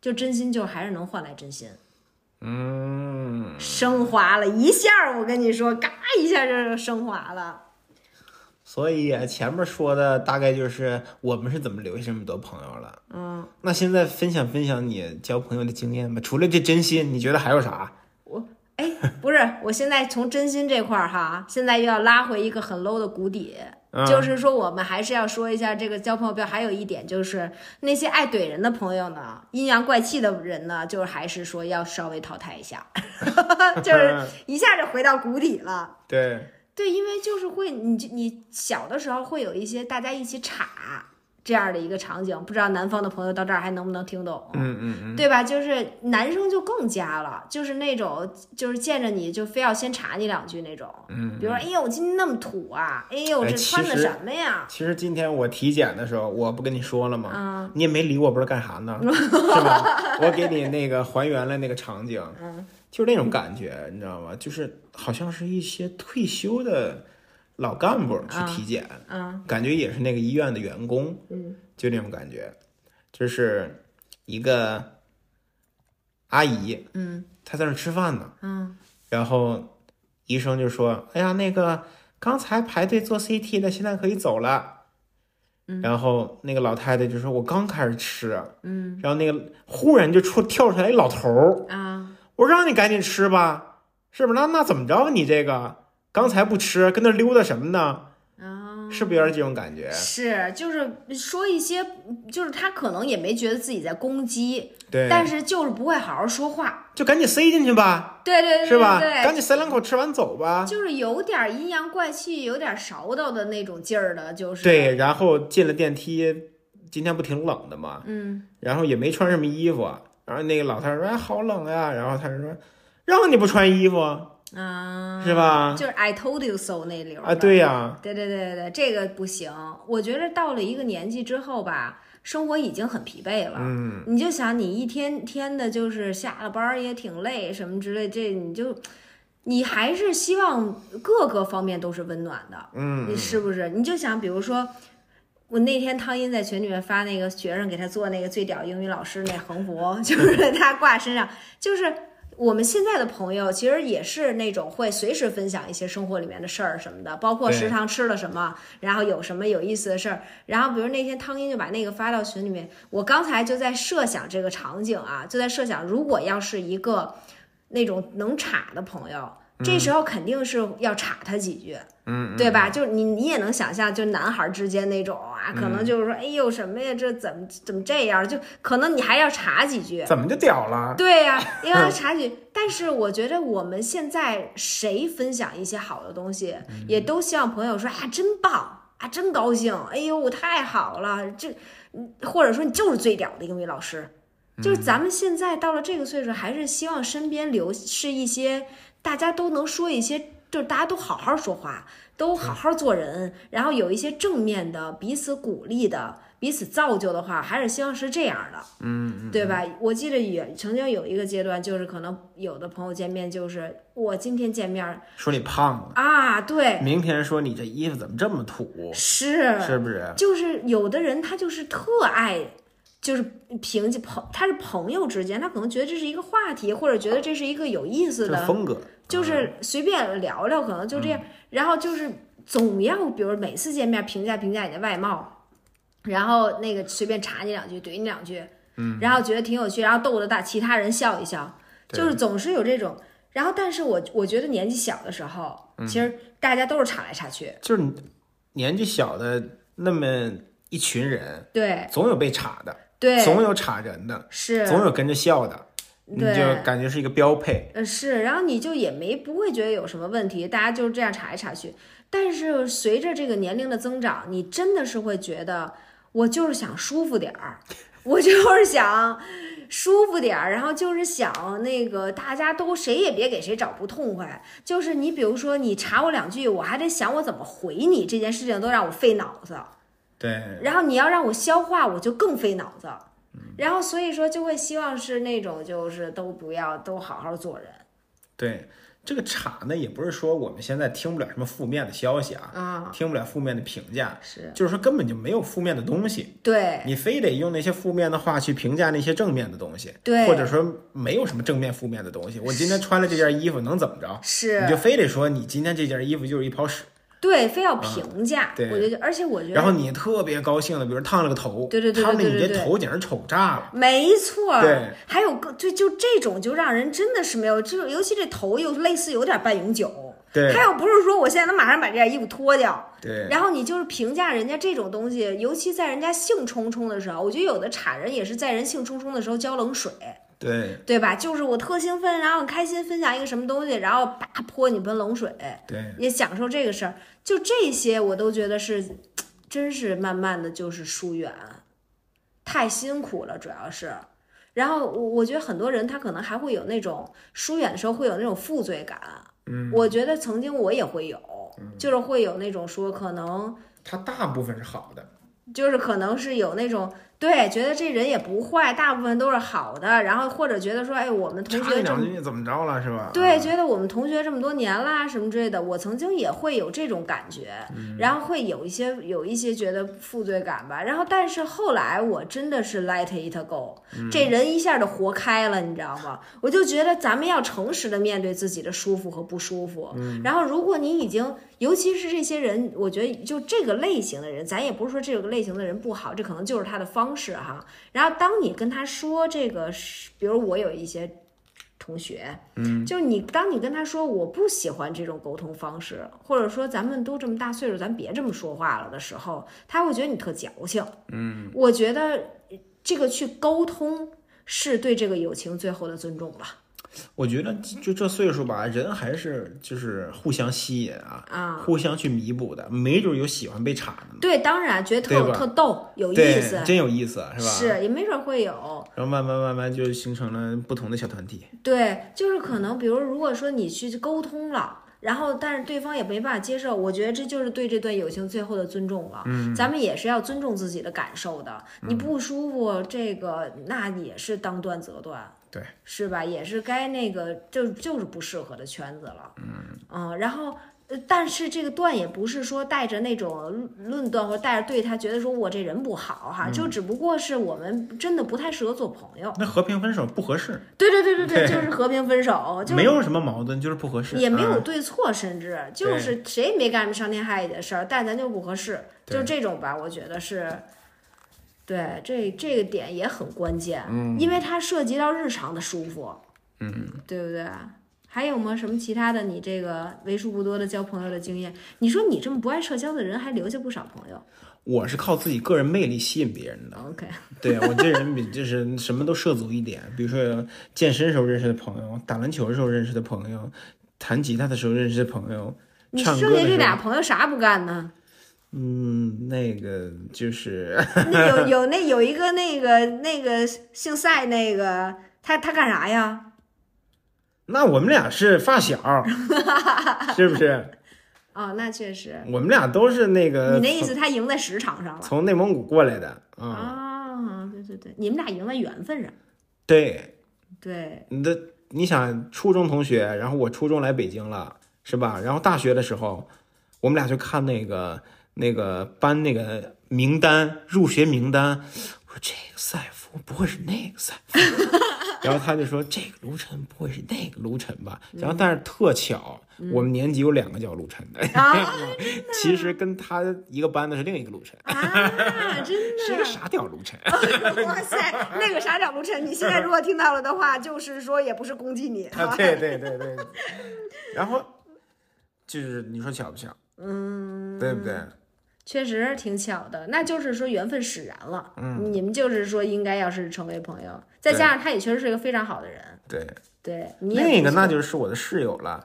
[SPEAKER 1] 就真心就还是能换来真心，
[SPEAKER 2] 嗯，
[SPEAKER 1] 升华了一下儿。我跟你说，嘎一下就升华了。
[SPEAKER 2] 所以前面说的大概就是我们是怎么留下这么多朋友了。嗯，那现在分享分享你交朋友的经验吧。除了这真心，你觉得还有啥？
[SPEAKER 1] 哎，不是，我现在从真心这块儿哈，现在又要拉回一个很 low 的谷底，
[SPEAKER 2] 嗯
[SPEAKER 1] 就是说我们还是要说一下这个交朋友标。还有一点就是那些爱怼人的朋友呢，阴阳怪气的人呢，就是还是说要稍微淘汰一下， 就是一下就回到谷底了。
[SPEAKER 2] 对，
[SPEAKER 1] 对，因为就是会，你就你小的时候会有一些大家一起插这样的一个场景，不知道南方的朋友到这儿还能不能听懂，
[SPEAKER 2] 嗯嗯嗯，
[SPEAKER 1] 对吧？就是男生就更加了，就是那种就是见着你就非要先查你两句那种，嗯，比如说哎呦我今天那么土啊，哎呦
[SPEAKER 2] 哎
[SPEAKER 1] 这
[SPEAKER 2] 其
[SPEAKER 1] 穿的
[SPEAKER 2] 实
[SPEAKER 1] 什么呀？
[SPEAKER 2] 其实今天我体检的时候，我不跟你说了吗？
[SPEAKER 1] 嗯
[SPEAKER 2] 你也没理我，不知道干啥 呢，是吧？我给你那个还原了那个场景，
[SPEAKER 1] 嗯
[SPEAKER 2] 就是那种感觉，你知道吗？就是好像是一些退休的老干部去体检，
[SPEAKER 1] 嗯
[SPEAKER 2] 感觉也是那个医院的员工，
[SPEAKER 1] 嗯
[SPEAKER 2] 就那种感觉，就是一个阿姨，
[SPEAKER 1] 嗯
[SPEAKER 2] 她在那儿吃饭呢，
[SPEAKER 1] 嗯
[SPEAKER 2] 然后医生就说：“哎呀，那个刚才排队做 CT 的，现在可以走了。”然后那个老太太就说：“我刚开始吃。”
[SPEAKER 1] 嗯
[SPEAKER 2] 然后那个忽然就出跳出来一老头儿，
[SPEAKER 1] 啊
[SPEAKER 2] 我让你赶紧吃吧，是不是？那那怎么着？你这个刚才不吃，跟那儿溜达什么呢？
[SPEAKER 1] 啊。
[SPEAKER 2] 是不是有点这种感觉？
[SPEAKER 1] 是，就是说一些，就是他可能也没觉得自己在攻击，
[SPEAKER 2] 对，
[SPEAKER 1] 但是就是不会好好说话。
[SPEAKER 2] 就赶紧塞进去吧。
[SPEAKER 1] 对对对，
[SPEAKER 2] 是吧？
[SPEAKER 1] 对
[SPEAKER 2] 赶紧塞两口吃完走吧。
[SPEAKER 1] 就是有点儿阴阳怪气，有点儿勺叨的那种劲儿的，就是
[SPEAKER 2] 对，然后进了电梯，今天不挺冷的吗？
[SPEAKER 1] 嗯，
[SPEAKER 2] 然后也没穿什么衣服，然后那个老太太说：“哎，好冷呀、然后他就说：“让你不穿衣服
[SPEAKER 1] 啊，
[SPEAKER 2] 是？吧？”
[SPEAKER 1] 就是 I told you so 那流儿
[SPEAKER 2] 啊，
[SPEAKER 1] 的
[SPEAKER 2] 对呀、
[SPEAKER 1] 对对对对对，这个不行。我觉得到了一个年纪之后吧，生活已经很疲惫了。
[SPEAKER 2] 嗯，
[SPEAKER 1] 你就想你一天天的，就是下了班儿也挺累，什么之类，这你就。你还是希望各个方面都是温暖的，
[SPEAKER 2] 嗯，
[SPEAKER 1] 你是不是？你就想，比如说，我那天汤音在群里面发那个学生给他做那个最屌英语老师那横幅， 就是他挂身上，就是我们现在的朋友其实也是那种会随时分享一些生活里面的事儿什么的，包括
[SPEAKER 2] 对
[SPEAKER 1] 食堂吃了什么，然后有什么有意思的事儿。然后比如那天汤音就把那个发到群里面，我刚才就在设想这个场景啊，就在设想如果要是一个那种能插的朋友，这时候肯定是要插他几句，嗯，对吧？就是你你也能想象，就男孩之间那种啊，可能就是说，哎呦什么呀，这怎么怎么这样？就可能你还要插几句，
[SPEAKER 2] 嗯怎么就屌了？
[SPEAKER 1] 对呀、因为察觉。但是我觉得我们现在谁分享一些好的东西，也都希望朋友说：“哎呀，真棒啊，真高兴！哎呦，太好了！”这，嗯或者说你就是最屌的英语老师。就是咱们现在到了这个岁数，还是希望身边留是一些大家都能说一些，就是大家都好好说话，都好好做人，然后有一些正面的、彼此鼓励的、彼此造就的话，还是希望是这样的。对吧？我记得也曾经有一个阶段，就是可能有的朋友见面就是我今天见面儿
[SPEAKER 2] 说你胖，
[SPEAKER 1] 啊，对，
[SPEAKER 2] 明天说你这衣服怎么这么土，
[SPEAKER 1] 是
[SPEAKER 2] 哦是啊不是？
[SPEAKER 1] 就是有的人他就是特爱，就是凭借朋他是朋友之间，他可能觉得这是一个话题，或者觉得这是一个有意思
[SPEAKER 2] 这
[SPEAKER 1] 的
[SPEAKER 2] 是，风格，
[SPEAKER 1] 就是随便聊聊，可能就这样。嗯然后就是总要，比如每次见面评价评价你的外貌，然后那个随便查你两句，怼你两句，嗯，然后觉得挺有趣，然后逗得大其他人笑一笑，
[SPEAKER 2] 对
[SPEAKER 1] 就是总是有这种。然后，但是我我觉得年纪小的时候，其实大家都是查来查去，
[SPEAKER 2] 就是你年纪小的那么一群人，
[SPEAKER 1] 对
[SPEAKER 2] 总有被查的，
[SPEAKER 1] 对
[SPEAKER 2] 总有查人的，
[SPEAKER 1] 是，
[SPEAKER 2] 总有跟着笑的，你
[SPEAKER 1] 对
[SPEAKER 2] 就感觉是一个标配。
[SPEAKER 1] 呃，是，然后你就也没不会觉得有什么问题，大家就这样查来查去。但是随着这个年龄的增长，你真的是会觉得，我就是想舒服点儿，我就是想舒服点儿，然后就是想那个大家都谁也别给谁找不痛快。就是你比如说你查我两句，我还得想我怎么回你，这件事情都让我费脑子。
[SPEAKER 2] 对，
[SPEAKER 1] 然后你要让我消化，我就更费脑子。然后所以说就会希望是那种就是都不要都好好做人。
[SPEAKER 2] 对，这个查呢，也不是说我们现在听不了什么负面的消息啊，
[SPEAKER 1] 啊，
[SPEAKER 2] 听不了负面的评价，
[SPEAKER 1] 是
[SPEAKER 2] 就是说根本就没有负面的东西。
[SPEAKER 1] 对
[SPEAKER 2] 你非得用那些负面的话去评价那些正面的东西，
[SPEAKER 1] 对，
[SPEAKER 2] 或者说没有什么正面负面的东西。我今天穿了这件衣服能怎么着？你就是非得说你今天这件衣服就是一泡屎，
[SPEAKER 1] 对，非要评价，
[SPEAKER 2] 啊对
[SPEAKER 1] 我觉得，而且我觉
[SPEAKER 2] 然后
[SPEAKER 1] 得
[SPEAKER 2] 你特别高兴的，比如烫了个头，
[SPEAKER 1] 对对对对
[SPEAKER 2] 他们
[SPEAKER 1] 对
[SPEAKER 2] 你
[SPEAKER 1] 对
[SPEAKER 2] 这
[SPEAKER 1] 对
[SPEAKER 2] 头简直丑炸了。
[SPEAKER 1] 没错儿，
[SPEAKER 2] 对
[SPEAKER 1] 还有个就就这种就让人真的是没有，就尤其这头又类似有点半永久。
[SPEAKER 2] 对
[SPEAKER 1] 他要不是说我现在能马上把这件衣服脱掉，
[SPEAKER 2] 对，
[SPEAKER 1] 然后你就是评价人家这种东西，尤其在人家兴冲冲的时候，我觉得有的产人也是在人兴冲冲的时候浇冷水，
[SPEAKER 2] 对
[SPEAKER 1] 对吧？就是我特兴奋，然后很开心分享一个什么东西，然后啪泼你盆冷水，
[SPEAKER 2] 对
[SPEAKER 1] 也享受这个事儿，就这些我都觉得是，真是慢慢的就是疏远，太辛苦了，主要是。然后我我觉得很多人他可能还会有那种疏远的时候会有那种负罪感，嗯，我觉得曾经我也会有，
[SPEAKER 2] 嗯
[SPEAKER 1] 就是会有那种说可能
[SPEAKER 2] 它大部分是好的，
[SPEAKER 1] 就是可能是有那种对觉得这人也不坏，大部分都是好的，然后或者觉得说哎我们同
[SPEAKER 2] 插
[SPEAKER 1] 学
[SPEAKER 2] 一
[SPEAKER 1] 这么
[SPEAKER 2] 两句怎么着了是吧？
[SPEAKER 1] 对，
[SPEAKER 2] 啊
[SPEAKER 1] 觉得我们同学这么多年啦，什么之类的，我曾经也会有这种感觉，然后会有一些有一些觉得负罪感吧。然后，但是后来我真的是 let it go，、这人一下就活开了，你知道吗？我就觉得咱们要诚实的面对自己的舒服和不舒服。然后，如果你已经，尤其是这些人，我觉得就这个类型的人，咱也不是说这个类型的人不好，这可能就是他的方式哈。然后，当你跟他说这个是，比如我有一些同学，嗯，就是你当你跟他说我不喜欢这种沟通方式，或者说咱们都这么大岁数，咱别这么说话了的时候，他会觉得你特矫情，嗯，我觉得呃这个去沟通是对这个友情最后的尊重吧，
[SPEAKER 2] 我觉得就这岁数吧，人还是就是互相吸引啊，
[SPEAKER 1] 啊
[SPEAKER 2] 互相去弥补的，没准有喜欢被查的呢。
[SPEAKER 1] 对，当然觉得特
[SPEAKER 2] 对
[SPEAKER 1] 有
[SPEAKER 2] 吧
[SPEAKER 1] 特逗，有意
[SPEAKER 2] 对
[SPEAKER 1] 思，
[SPEAKER 2] 真有意思，是吧？
[SPEAKER 1] 是也没准会有，
[SPEAKER 2] 然后慢慢慢慢就形成了不同的小团体。
[SPEAKER 1] 对，就是可能，比如如果说你去沟通了。然后，但是对方也没办法接受，我觉得这就是对这段友情最后的尊重了。嗯，咱们也是要尊重自己的感受的。你不舒服，这个那也是当断则断，
[SPEAKER 2] 对，
[SPEAKER 1] 是吧？也是该那个，就就是不适合的圈子了。嗯然后，呃但是这个断也不是说带着那种论论断或者带着对他觉得说我这人不好哈，就只不过是我们真的不太适合做朋友。
[SPEAKER 2] 那和平分手不合适，
[SPEAKER 1] 对对对对对，
[SPEAKER 2] 对
[SPEAKER 1] 就是和平分手，就是
[SPEAKER 2] 没有什么矛盾，就是不合适，
[SPEAKER 1] 也没有
[SPEAKER 2] 嗯
[SPEAKER 1] 对错，甚至就是谁也没干什么伤天害理的事儿，但咱就不合适，
[SPEAKER 2] 对
[SPEAKER 1] 就这种吧，我觉得是，对这这个点
[SPEAKER 2] 嗯
[SPEAKER 1] 也很关键，因为它涉及到日常的舒服，嗯，对不对？还有吗？什么其他的？你这个为数不多的交朋友的经验？你说你这么不爱社交的人，还留下不少朋友。
[SPEAKER 2] 我是靠自己个人魅力吸引别人的。
[SPEAKER 1] OK，
[SPEAKER 2] 对啊我这人比就是什么都涉足一点，比如说健身时候认识的朋友，打篮球的时候认识的朋友，弹吉他的时候认识的朋友，
[SPEAKER 1] 你
[SPEAKER 2] 唱
[SPEAKER 1] 剩
[SPEAKER 2] 歌
[SPEAKER 1] 下
[SPEAKER 2] 的
[SPEAKER 1] 这
[SPEAKER 2] 时
[SPEAKER 1] 俩
[SPEAKER 2] 候，
[SPEAKER 1] 朋友啥不干呢？
[SPEAKER 2] 嗯，那个就是
[SPEAKER 1] 那有有那有一个那个那个姓赛那个，他他干啥呀？
[SPEAKER 2] 那我们俩是发小， 是不是？
[SPEAKER 1] 哦，那确实，
[SPEAKER 2] 我们俩都是那个
[SPEAKER 1] 你那意思他赢在时长上了
[SPEAKER 2] 从内蒙古过来的啊、
[SPEAKER 1] 啊？对对对，你们俩赢在缘分上。
[SPEAKER 2] 对，
[SPEAKER 1] 对，
[SPEAKER 2] 你的你想初中同学，然后我初中来北京了，是吧？然后大学的时候，我们俩就看那个那个班那个名单，入学名单，我说这个赛夫不会是那个赛夫。 然后他就说：“这个卢晨不会是那个卢晨吧？”
[SPEAKER 1] 嗯
[SPEAKER 2] 然后，但是特巧，我们年级有两个叫卢晨的，
[SPEAKER 1] 啊
[SPEAKER 2] 其实跟他一个班的是另一个卢晨，
[SPEAKER 1] 啊，真
[SPEAKER 2] 是一
[SPEAKER 1] 的
[SPEAKER 2] 个。傻屌卢晨。
[SPEAKER 1] 哇 塞，那个傻屌卢晨，你现在如果听到了的话，就是说也不是攻击 你
[SPEAKER 2] 啊，对对对对。然后就是你说巧不巧？嗯，对不对？
[SPEAKER 1] 确实挺巧的，那就是说缘分使然了。嗯，你们就是说应该要是成为朋友，再加上他也确实是一个非常好的人，
[SPEAKER 2] 对，
[SPEAKER 1] 对你也嗯
[SPEAKER 2] 另一个那
[SPEAKER 1] 就
[SPEAKER 2] 就是我的室友了，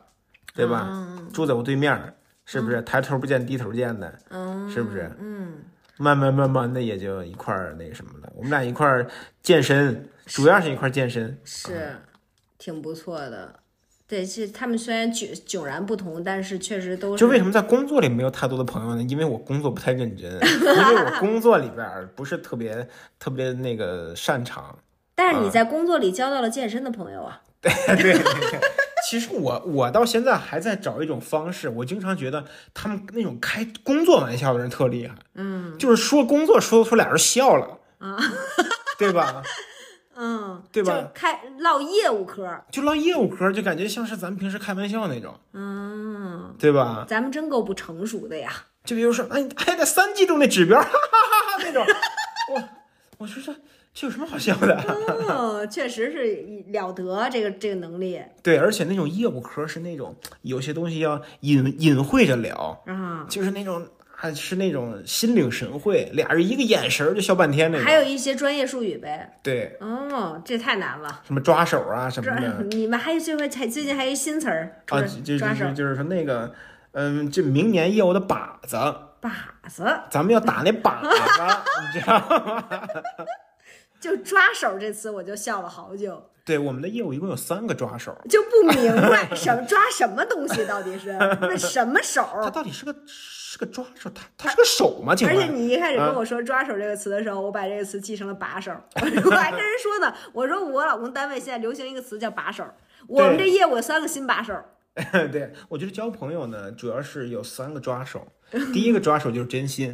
[SPEAKER 2] 对吧？住在我对面儿，是不是？抬头不见低头见的，
[SPEAKER 1] 嗯
[SPEAKER 2] 是不是？
[SPEAKER 1] 嗯，
[SPEAKER 2] 慢慢慢慢的也就一块儿那个什么了。我们俩一块儿健身，主要是一块儿健身。
[SPEAKER 1] 是
[SPEAKER 2] 嗯
[SPEAKER 1] 挺不错的。对，这他们虽然迥迥然不同，但是确实都是
[SPEAKER 2] 就为什么在工作里没有太多的朋友呢？因为我工作不太认真， 因为我工作里边儿不是特别特别那个擅长。
[SPEAKER 1] 但
[SPEAKER 2] 嗯
[SPEAKER 1] 是你在工作里交到了健身的朋友啊，
[SPEAKER 2] 其实我我到现在还在找一种方式，我经常觉得他们那种开工作玩笑的人特厉害，嗯，就是说工作说出俩人笑了啊，对吧？
[SPEAKER 1] 嗯，
[SPEAKER 2] 对吧
[SPEAKER 1] 就开唠业务嗑，
[SPEAKER 2] 就唠业务嗑，就感觉像是咱们平时开玩笑那种，
[SPEAKER 1] 嗯。
[SPEAKER 2] 对吧？
[SPEAKER 1] 咱们真够不成熟的 呀！
[SPEAKER 2] 就比如说，哎，哎，那三季度那指标，哈哈哈哈那种，我我说这这有什么好笑的？
[SPEAKER 1] 嗯，确实是了得这个这个能力
[SPEAKER 2] 对，而且那种业务嗑是那种有些东西要隐隐晦着聊，
[SPEAKER 1] 啊。
[SPEAKER 2] 就是那种啊，是那种心领神会，俩人一个眼神儿就笑半天那
[SPEAKER 1] 还有
[SPEAKER 2] 种。
[SPEAKER 1] 一些专业术语呗。
[SPEAKER 2] 对，
[SPEAKER 1] 哦，这太难了。
[SPEAKER 2] 什么抓手啊什么
[SPEAKER 1] 抓
[SPEAKER 2] 的
[SPEAKER 1] 你们还有最会才最近还有一新词儿，
[SPEAKER 2] 啊，
[SPEAKER 1] 抓
[SPEAKER 2] 就就
[SPEAKER 1] 抓手
[SPEAKER 2] 是就是说那个，嗯，这明年业务的靶子，
[SPEAKER 1] 靶子，
[SPEAKER 2] 咱们要打那靶子，你 知道？
[SPEAKER 1] 就抓手这词我就笑了好久，
[SPEAKER 2] 对，我们的业务一共有三个抓手，
[SPEAKER 1] 就不明白什么抓什么东西到底是那什么手。
[SPEAKER 2] 它到底是个是个抓手，它它是个手吗？请
[SPEAKER 1] 而且
[SPEAKER 2] 问？
[SPEAKER 1] 你一开始跟我说“抓手”这个词的时候，我把这个词记成了“把手”， 我还跟人说呢，我说我老公单位现在流行一个词叫“把手”，我们这业务有三个新把手，
[SPEAKER 2] 对，我觉得交朋友呢，主要是有三个抓手，第一个抓手就是真心，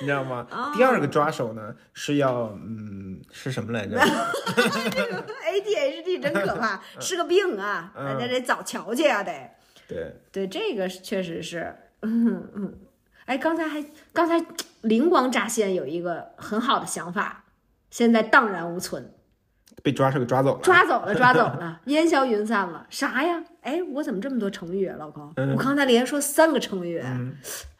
[SPEAKER 2] 你知道吗？
[SPEAKER 1] 哦
[SPEAKER 2] 第二个抓手呢是要嗯是什么来着？
[SPEAKER 1] ADHD 真可怕，是个病啊，
[SPEAKER 2] 嗯
[SPEAKER 1] 大家得早瞧去啊，得。
[SPEAKER 2] 对，
[SPEAKER 1] 对，这个是确实是，嗯嗯。哎，刚才还刚才灵光乍现，有一个很好的想法，现在荡然无存，
[SPEAKER 2] 被抓手给抓走了。
[SPEAKER 1] 抓走 了，抓走了，烟消云散了。啥呀？哎，我怎么这么多成语啊，老高？
[SPEAKER 2] 嗯
[SPEAKER 1] 我刚才连说三个成语。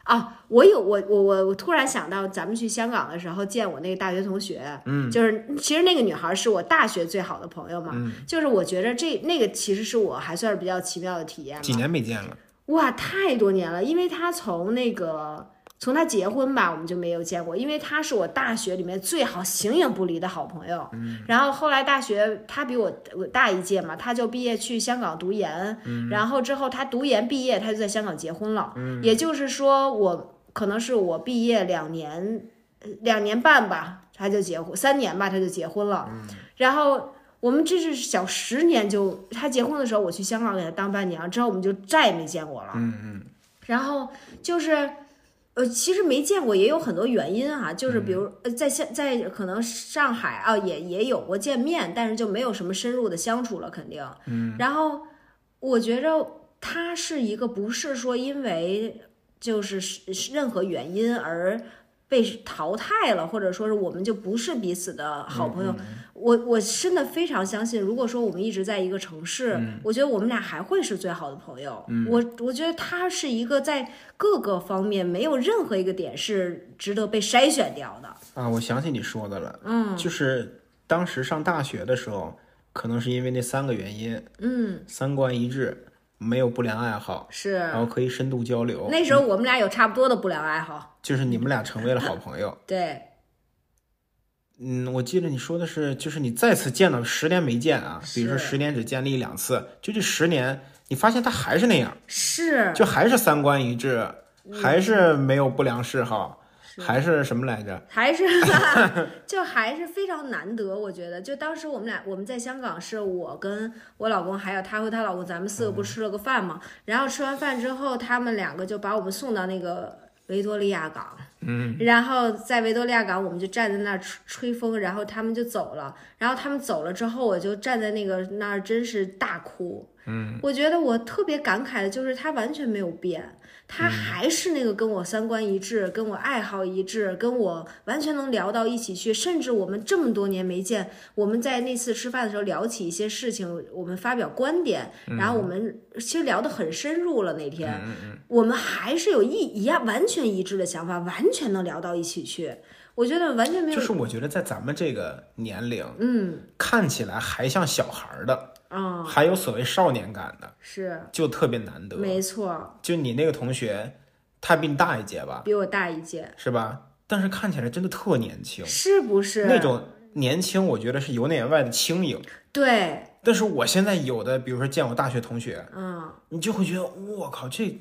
[SPEAKER 1] 啊，我有我我我我突然想到，咱们去香港的时候见我那个大学同学，嗯，就是其实那个女孩是我大学最好的朋友嘛，
[SPEAKER 2] 嗯
[SPEAKER 1] 就是我觉着这那个其实是我还算是比较奇妙的体验
[SPEAKER 2] 几
[SPEAKER 1] 吧。
[SPEAKER 2] 年没见了，
[SPEAKER 1] 哇，太多年了，因为她从那个从她结婚吧，我们就没有见过，因为她是我大学里面最好形影不离的好朋友。然后后来大学她比我我大一届嘛，她就毕业去香港读研，然后之后她读研毕业，她就在香港结婚了。也就是说我可能是我毕业两年呃两年半吧，她就结婚，三年吧，她就结婚了。然后我们这是小十年就，她结婚的时候我去香港给她当伴娘，之后我们就再也没见过了。嗯嗯。然后就是。呃，其实没见过，也有很多原因哈、就是比如呃，在现在可能上海啊，也也有过见面，但是就没有什么深入的相处了，肯定。嗯。然后我觉着他是一个不是说因为就是是是任何原因而被淘汰了，或者说是我们就不是彼此的好朋友。我我真的非常相信，如果说我们一直在一个城市，我觉得我们俩还会是最好的朋友。我我觉得他是一个在各个方面没有任何一个点是值得被筛选掉的。
[SPEAKER 2] 啊，我想起你说的了，嗯，就是当时上大学的时候，可能是因为那三个原因，
[SPEAKER 1] 嗯，
[SPEAKER 2] 三观一致，没有不良爱好，
[SPEAKER 1] 是
[SPEAKER 2] 然后可以深度交流，
[SPEAKER 1] 那时候我们俩有差不多的不良爱好，
[SPEAKER 2] 就是你们俩成为了好朋友。
[SPEAKER 1] 对，
[SPEAKER 2] 嗯，我记得你说的是，就是你再次见到十年没见啊，比如说
[SPEAKER 1] 是
[SPEAKER 2] 十年只见了一两次，就这十年，你发现他还是那样，
[SPEAKER 1] 是
[SPEAKER 2] 就还是三观一致，
[SPEAKER 1] 嗯
[SPEAKER 2] 还是没有不良嗜好，还是什么来着？
[SPEAKER 1] 还是就还是非常难得，我觉得。就当时我们俩我们在香港，是我跟我老公还有她和她老公，咱们四个不吃了个饭嘛。然后吃完饭之后，他们两个就把我们送到那个维多利亚港。嗯，然后在维多利亚港，我们就站在那儿吹吹风，然后他们就走了。然后他们走了之后，我就站在那个那儿，真是大哭。嗯，我觉得我特别感慨的就是他完全没有变，
[SPEAKER 2] 嗯
[SPEAKER 1] 他还是那个跟我三观一致、跟我爱好一致、跟我完全能聊到一起去，甚至我们这么多年没见，我们在那次吃饭的时候聊起一些事情，我们发表观点，
[SPEAKER 2] 嗯
[SPEAKER 1] 然后我们其实聊得很深入了。那天、
[SPEAKER 2] 嗯
[SPEAKER 1] 我们还是有一一样完全一致的想法，完全能聊到一起去。我觉得完全没有，
[SPEAKER 2] 就是我觉得在咱们这个年龄，
[SPEAKER 1] 嗯
[SPEAKER 2] 看起来还像小孩儿的，
[SPEAKER 1] 啊、
[SPEAKER 2] 还有所谓少年感的，
[SPEAKER 1] 是
[SPEAKER 2] 就特别难得。
[SPEAKER 1] 没错，
[SPEAKER 2] 就你那个同学，他比你大一届吧，
[SPEAKER 1] 比我大一届，
[SPEAKER 2] 是吧？但是看起来真的特年轻，
[SPEAKER 1] 是不是？
[SPEAKER 2] 那种年轻，我觉得是由内而外的轻盈。
[SPEAKER 1] 对，
[SPEAKER 2] 但是我现在有的，比如说见我大学同学，
[SPEAKER 1] 嗯，
[SPEAKER 2] 你就会觉得我靠这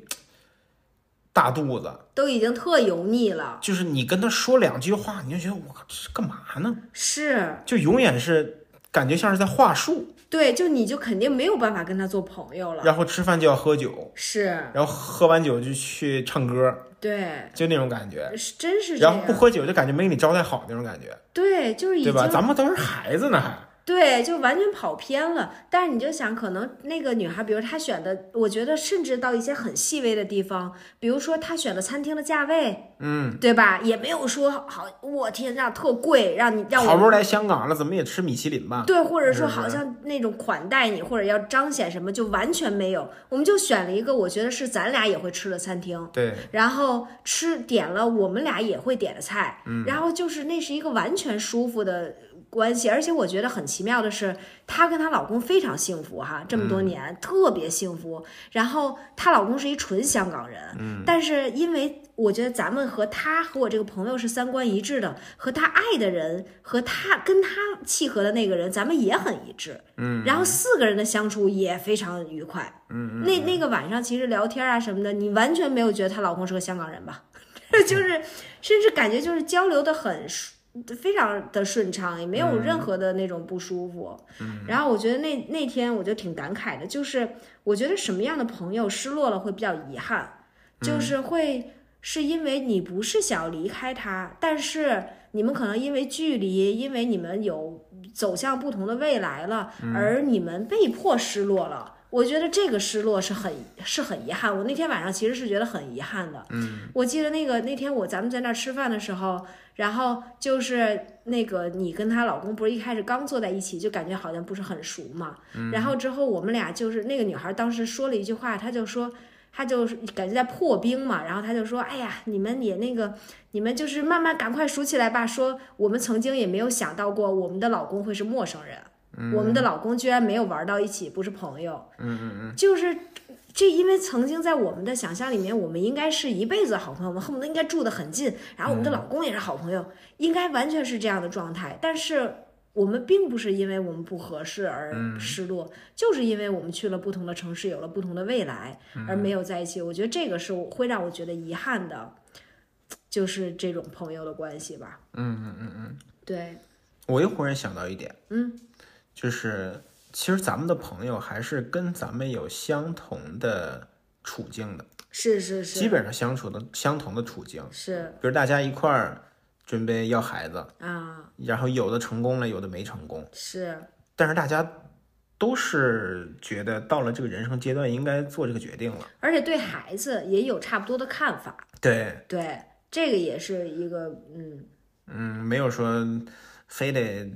[SPEAKER 2] 大肚子，
[SPEAKER 1] 都已经特油腻了，
[SPEAKER 2] 就是你跟他说两句话，你就觉得我靠这是干嘛呢？
[SPEAKER 1] 是。
[SPEAKER 2] 就永远是感觉像是在话术，
[SPEAKER 1] 对，就你就肯定没有办法跟他做朋友了。
[SPEAKER 2] 然后吃饭就要喝酒，
[SPEAKER 1] 是，
[SPEAKER 2] 然后喝完酒就去唱歌，
[SPEAKER 1] 对，
[SPEAKER 2] 就那种感觉。
[SPEAKER 1] 是真是这
[SPEAKER 2] 然后不
[SPEAKER 1] 样。
[SPEAKER 2] 喝酒就感觉没给你招待好那种感觉，
[SPEAKER 1] 对，就是已
[SPEAKER 2] 对
[SPEAKER 1] 经
[SPEAKER 2] 吧？咱们都是孩子呢，还
[SPEAKER 1] 对，就完全跑偏了。但是你就想，可能那个女孩，比如她选的，我觉得甚至到一些很细微的地方，比如说她选的餐厅的价位，嗯，对吧？也没有说好，我天呐，特贵，让你让
[SPEAKER 2] 好
[SPEAKER 1] 我
[SPEAKER 2] 不容易来香港了，怎么也吃米其林吧？
[SPEAKER 1] 对，或者说
[SPEAKER 2] 是不是
[SPEAKER 1] 好像那种款待你，或者要彰显什么，就完全没有。我们就选了一个我觉得是咱俩也会吃的餐厅，
[SPEAKER 2] 对，
[SPEAKER 1] 然后吃点了我们俩也会点的菜，然后就是那是一个完全舒服的关系，而且我觉得很奇妙的是，她跟她老公非常幸福哈，这么多年、特别幸福。然后她老公是一纯香港人，但是因为我觉得咱们和她和我这个朋友是三观一致的，和她爱的人和她跟她契合的那个人，咱们也很一致，嗯，然后四个人的相处也非常愉快，那那个晚上其实聊天啊什么的，你完全没有觉得她老公是个香港人吧？ 就是甚至感觉就是交流的很顺非常的顺畅，也没有任何的那种不舒服。然后我觉得那那天我就挺感慨的，就是我觉得什么样的朋友失落了会比较遗憾，就是会是因为你不是想要离开他，但是你们可能因为距离，因为你们有走向不同的未来了，而你们被迫失落了。我觉得这个失落是很是很遗憾。我那天晚上其实是觉得很遗憾的。嗯，我记得那个那天我咱们在那儿吃饭的时候，然后就是那个你跟她老公不是一开始刚坐在一起就感觉好像不是很熟嘛，然后之后我们俩就是那个女孩当时说了一句话，她就说。她就是感觉在破冰嘛，然后她就说：“哎呀，你们也那个，你们就是慢慢赶快熟起来吧。”说我们曾经也没有想到过，我们的老公会是陌生人，我们的老公居然没有玩到一起，不是朋友。嗯嗯嗯，就是这，因为曾经在我们的想象里面，我们应该是一辈子好朋友，我们恨不得应该住得很近，然后我们的老公也是好朋友，应该完全是这样的状态。但是我们并不是因为我们不合适而失落，就是因为我们去了不同的城市，有了不同的未来，而没有在一起。我觉得这个是我会让我觉得遗憾的，就是这种朋友的关系吧。嗯嗯嗯嗯，对，
[SPEAKER 2] 我又忽然想到一点，
[SPEAKER 1] 嗯，
[SPEAKER 2] 就是其实咱们的朋友还是跟咱们有相同的处境的，
[SPEAKER 1] 是是
[SPEAKER 2] 基
[SPEAKER 1] 是
[SPEAKER 2] 本上相处的相同的处境，
[SPEAKER 1] 是
[SPEAKER 2] 比如大家一块儿准备要孩子，
[SPEAKER 1] 啊
[SPEAKER 2] 然后有的成功了，有的没成功，
[SPEAKER 1] 是
[SPEAKER 2] 但是大家都是觉得到了这个人生阶段应该做这个决定了，
[SPEAKER 1] 而且对孩子也有差不多的看法。
[SPEAKER 2] 对，
[SPEAKER 1] 对，这个也是一个嗯
[SPEAKER 2] 嗯，没有说非得，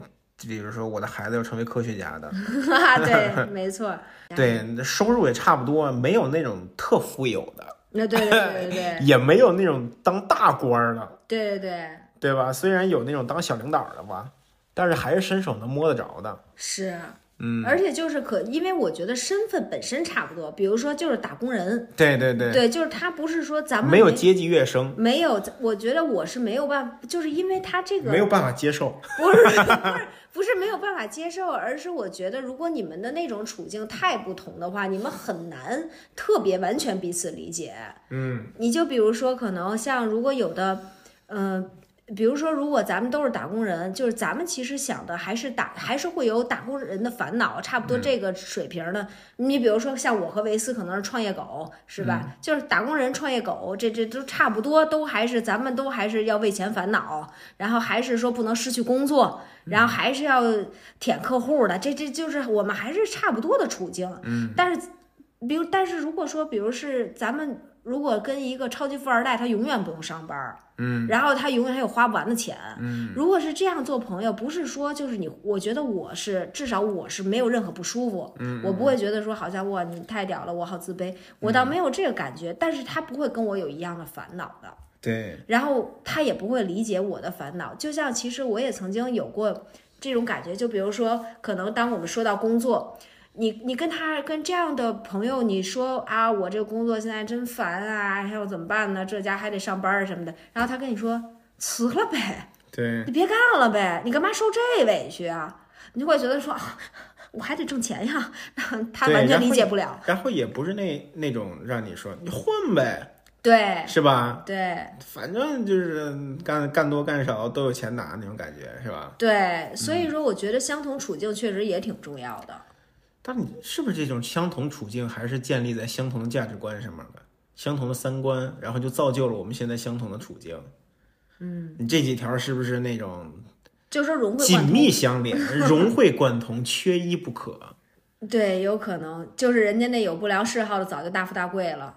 [SPEAKER 2] 比如说我的孩子要成为科学家的，
[SPEAKER 1] 嗯哈哈，对，没错，
[SPEAKER 2] 对，收入也差不多，没有那种特富有的，
[SPEAKER 1] 那对对对对对
[SPEAKER 2] 也没有那种当大官儿的，
[SPEAKER 1] 对对对，
[SPEAKER 2] 对吧？虽然有那种当小领导的吧，但是还是伸手能摸得着的。
[SPEAKER 1] 是，
[SPEAKER 2] 嗯，
[SPEAKER 1] 而且就是可，因为我觉得身份本身差不多，比如说就是打工人，
[SPEAKER 2] 对对对，
[SPEAKER 1] 对，就是他不是说咱们
[SPEAKER 2] 没有阶级跃升，
[SPEAKER 1] 没有，我觉得我是没有办法，就是因为他这个
[SPEAKER 2] 没有办法接受。
[SPEAKER 1] 不是不是不是没有办法接受，而是我觉得如果你们的那种处境太不同的话，你们很难特别完全彼此理解。
[SPEAKER 2] 嗯，
[SPEAKER 1] 你就比如说，可能像如果有的，嗯、比如说如果咱们都是打工人，就是咱们其实想的还是打，还是会有打工人的烦恼，差不多这个水平的。你比如说像我和维斯可能是创业狗，是吧？就是打工人、创业狗，这这都差不多，都还是咱们都还是要为钱烦恼，然后还是说不能失去工作，然后还是要舔客户的，这这就是我们还是差不多的处境。嗯，但是。比如，但是如果说，比如是咱们如果跟一个超级富二代，他永远不用上班儿，嗯，然后他永远还有花不完的钱，嗯，如果是这样做朋友，不是说就是你，我觉得我是至少我是没有任何不舒服，嗯，我不会觉得说好像哇你太屌了，我好自卑，我倒没有这个感觉，但是他不会跟我有一样的烦恼的，
[SPEAKER 2] 对，
[SPEAKER 1] 然后他也不会理解我的烦恼。就像其实我也曾经有过这种感觉，就比如说，可能当我们说到工作，你你跟他跟这样的朋友你说啊，我这个工作现在真烦啊，还要怎么办呢？这家还得上班儿什么的，然后他跟你说辞了呗，
[SPEAKER 2] 对，
[SPEAKER 1] 你别干了呗，你干嘛受这委屈啊？你就会觉得说，啊我还得挣钱呀， 他
[SPEAKER 2] 对
[SPEAKER 1] 完全
[SPEAKER 2] 然后
[SPEAKER 1] 理解
[SPEAKER 2] 你
[SPEAKER 1] 不了。
[SPEAKER 2] 然后也不是那那种让你说你混呗，
[SPEAKER 1] 对
[SPEAKER 2] 是吧？
[SPEAKER 1] 对，
[SPEAKER 2] 反正就是干干多干少都有钱拿那种感觉，是吧？
[SPEAKER 1] 对，
[SPEAKER 2] 嗯
[SPEAKER 1] 所以说我觉得相同处境确实也挺重要的。
[SPEAKER 2] 但你是不是这种相同处境还是建立在相同的价值观上面的，相同的三观，然后就造就了我们现在相同的处境。嗯，你这几条是不是那种
[SPEAKER 1] 就说融会
[SPEAKER 2] 紧
[SPEAKER 1] 贯通，
[SPEAKER 2] 密 相连、融会贯通、缺一不可？
[SPEAKER 1] 对，有可能就是人家那有不良嗜好的早就大富大贵了，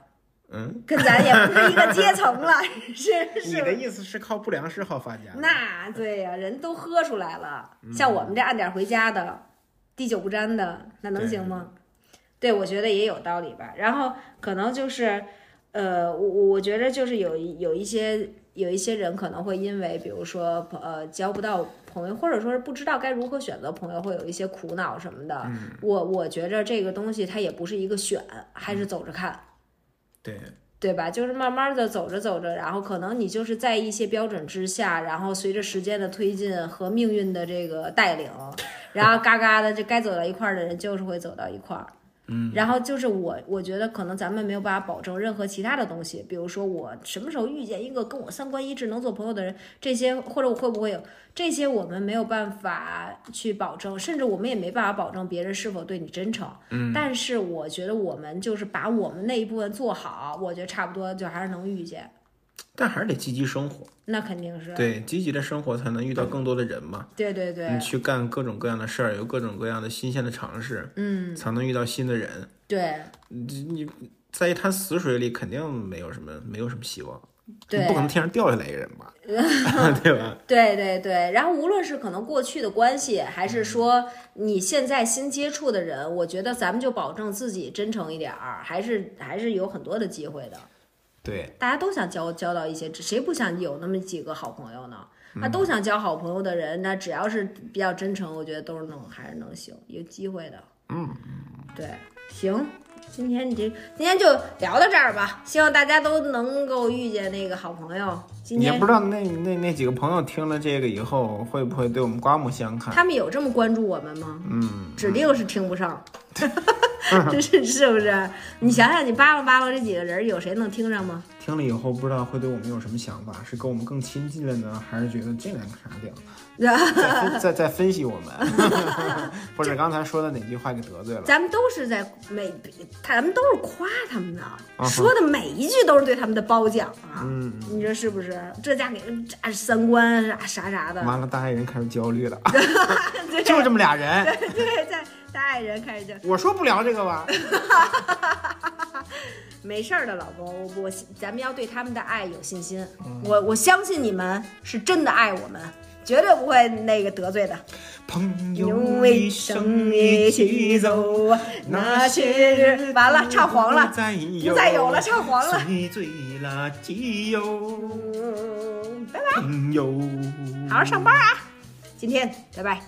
[SPEAKER 2] 嗯，
[SPEAKER 1] 跟咱也不是一个阶层了， 是
[SPEAKER 2] 你的
[SPEAKER 1] 是。
[SPEAKER 2] 意思是靠不良嗜好发家的？
[SPEAKER 1] 那对呀、人都喝出来了，像我们这按点回家的，滴酒不沾的，那能行吗？对，我觉得也有道理吧。然后可能就是，呃，我我我觉得就是有一有一些有一些人可能会因为，比如说呃交不到朋友，或者说是不知道该如何选择朋友，会有一些苦恼什么的。我我觉着这个东西它也不是一个选，还是走着看。
[SPEAKER 2] 对，
[SPEAKER 1] 对吧？就是慢慢的走着走着，然后可能你就是在一些标准之下，然后随着时间的推进和命运的这个带领，然后嘎嘎的，这该走到一块儿的人就是会走到一块儿。嗯，然后就是我，我觉得可能咱们没有办法保证任何其他的东西，比如说我什么时候遇见一个跟我三观一致、能做朋友的人，这些或者我会不会有这些，我们没有办法去保证，甚至我们也没办法保证别人是否对你真诚。但是我觉得我们就是把我们那一部分做好，我觉得差不多就还是能遇见，
[SPEAKER 2] 但还是得积极生活，
[SPEAKER 1] 那肯定是
[SPEAKER 2] 对，积极的生活才能遇到更多的人嘛。
[SPEAKER 1] 对对对
[SPEAKER 2] 你去干各种各样的事儿，有各种各样的新鲜的尝试，
[SPEAKER 1] 嗯，
[SPEAKER 2] 才能遇到新的人。
[SPEAKER 1] 对
[SPEAKER 2] 你你在一滩死水里，肯定没有什么没有什么希望，你
[SPEAKER 1] 对
[SPEAKER 2] 不可能天上掉下来一个人 吧，对吧？
[SPEAKER 1] 对对对。然后无论是可能过去的关系，还是说你现在新接触的人，我觉得咱们就保证自己真诚一点儿，还是还是有很多的机会的。
[SPEAKER 2] 对，
[SPEAKER 1] 大家都想交交到一些，谁不想有那么几个好朋友呢？那
[SPEAKER 2] 嗯
[SPEAKER 1] 都想交好朋友的人，那只要是比较真诚，我觉得都是能还是能行，有机会的。嗯，对，行，今天你这今天就聊到这儿吧，希望大家都能够遇见那个好朋友。今
[SPEAKER 2] 你也
[SPEAKER 1] 天
[SPEAKER 2] 不知道那那那几个朋友听了这个以后，会不会对我们刮目相看？
[SPEAKER 1] 他们有这么关注我们吗？
[SPEAKER 2] 嗯，
[SPEAKER 1] 指定是听不 上， 是是不是？你想想，你扒拉扒拉这几个人，有谁能听上吗？
[SPEAKER 2] 听了以后不知道会对我们有什么想法，是跟我们更亲近了呢，还是觉得这两个傻屌， 再分再再分析我们， 或者刚才说的哪句话给得罪了？
[SPEAKER 1] 咱们都是在每，咱们都是夸他们的，
[SPEAKER 2] 哈
[SPEAKER 1] 说的每一句都是对他们的褒奖啊。
[SPEAKER 2] 嗯，
[SPEAKER 1] 你说是不是？这家给人炸三观啥啥啥的，
[SPEAKER 2] 完了，大爱人开始焦虑了，
[SPEAKER 1] 对
[SPEAKER 2] 就是这么俩人，
[SPEAKER 1] 对，在大爱人开始就
[SPEAKER 2] 我说不聊这个吧。
[SPEAKER 1] 没事儿的，老公，我我咱们要对他们的爱有信心，我我相信你们是真的爱我们，绝对不会那个得罪的。
[SPEAKER 2] 朋
[SPEAKER 1] 用
[SPEAKER 2] 友
[SPEAKER 1] 一
[SPEAKER 2] 一生
[SPEAKER 1] 生
[SPEAKER 2] 一
[SPEAKER 1] 一
[SPEAKER 2] 起
[SPEAKER 1] 起
[SPEAKER 2] 走，
[SPEAKER 1] 走，啊那些日完了，唱黄了，
[SPEAKER 2] 再有
[SPEAKER 1] 不再有了，唱黄了。
[SPEAKER 2] 随醉垃圾哟，
[SPEAKER 1] 嗯，拜拜，
[SPEAKER 2] 朋友，
[SPEAKER 1] 好好上班啊！今天，拜拜。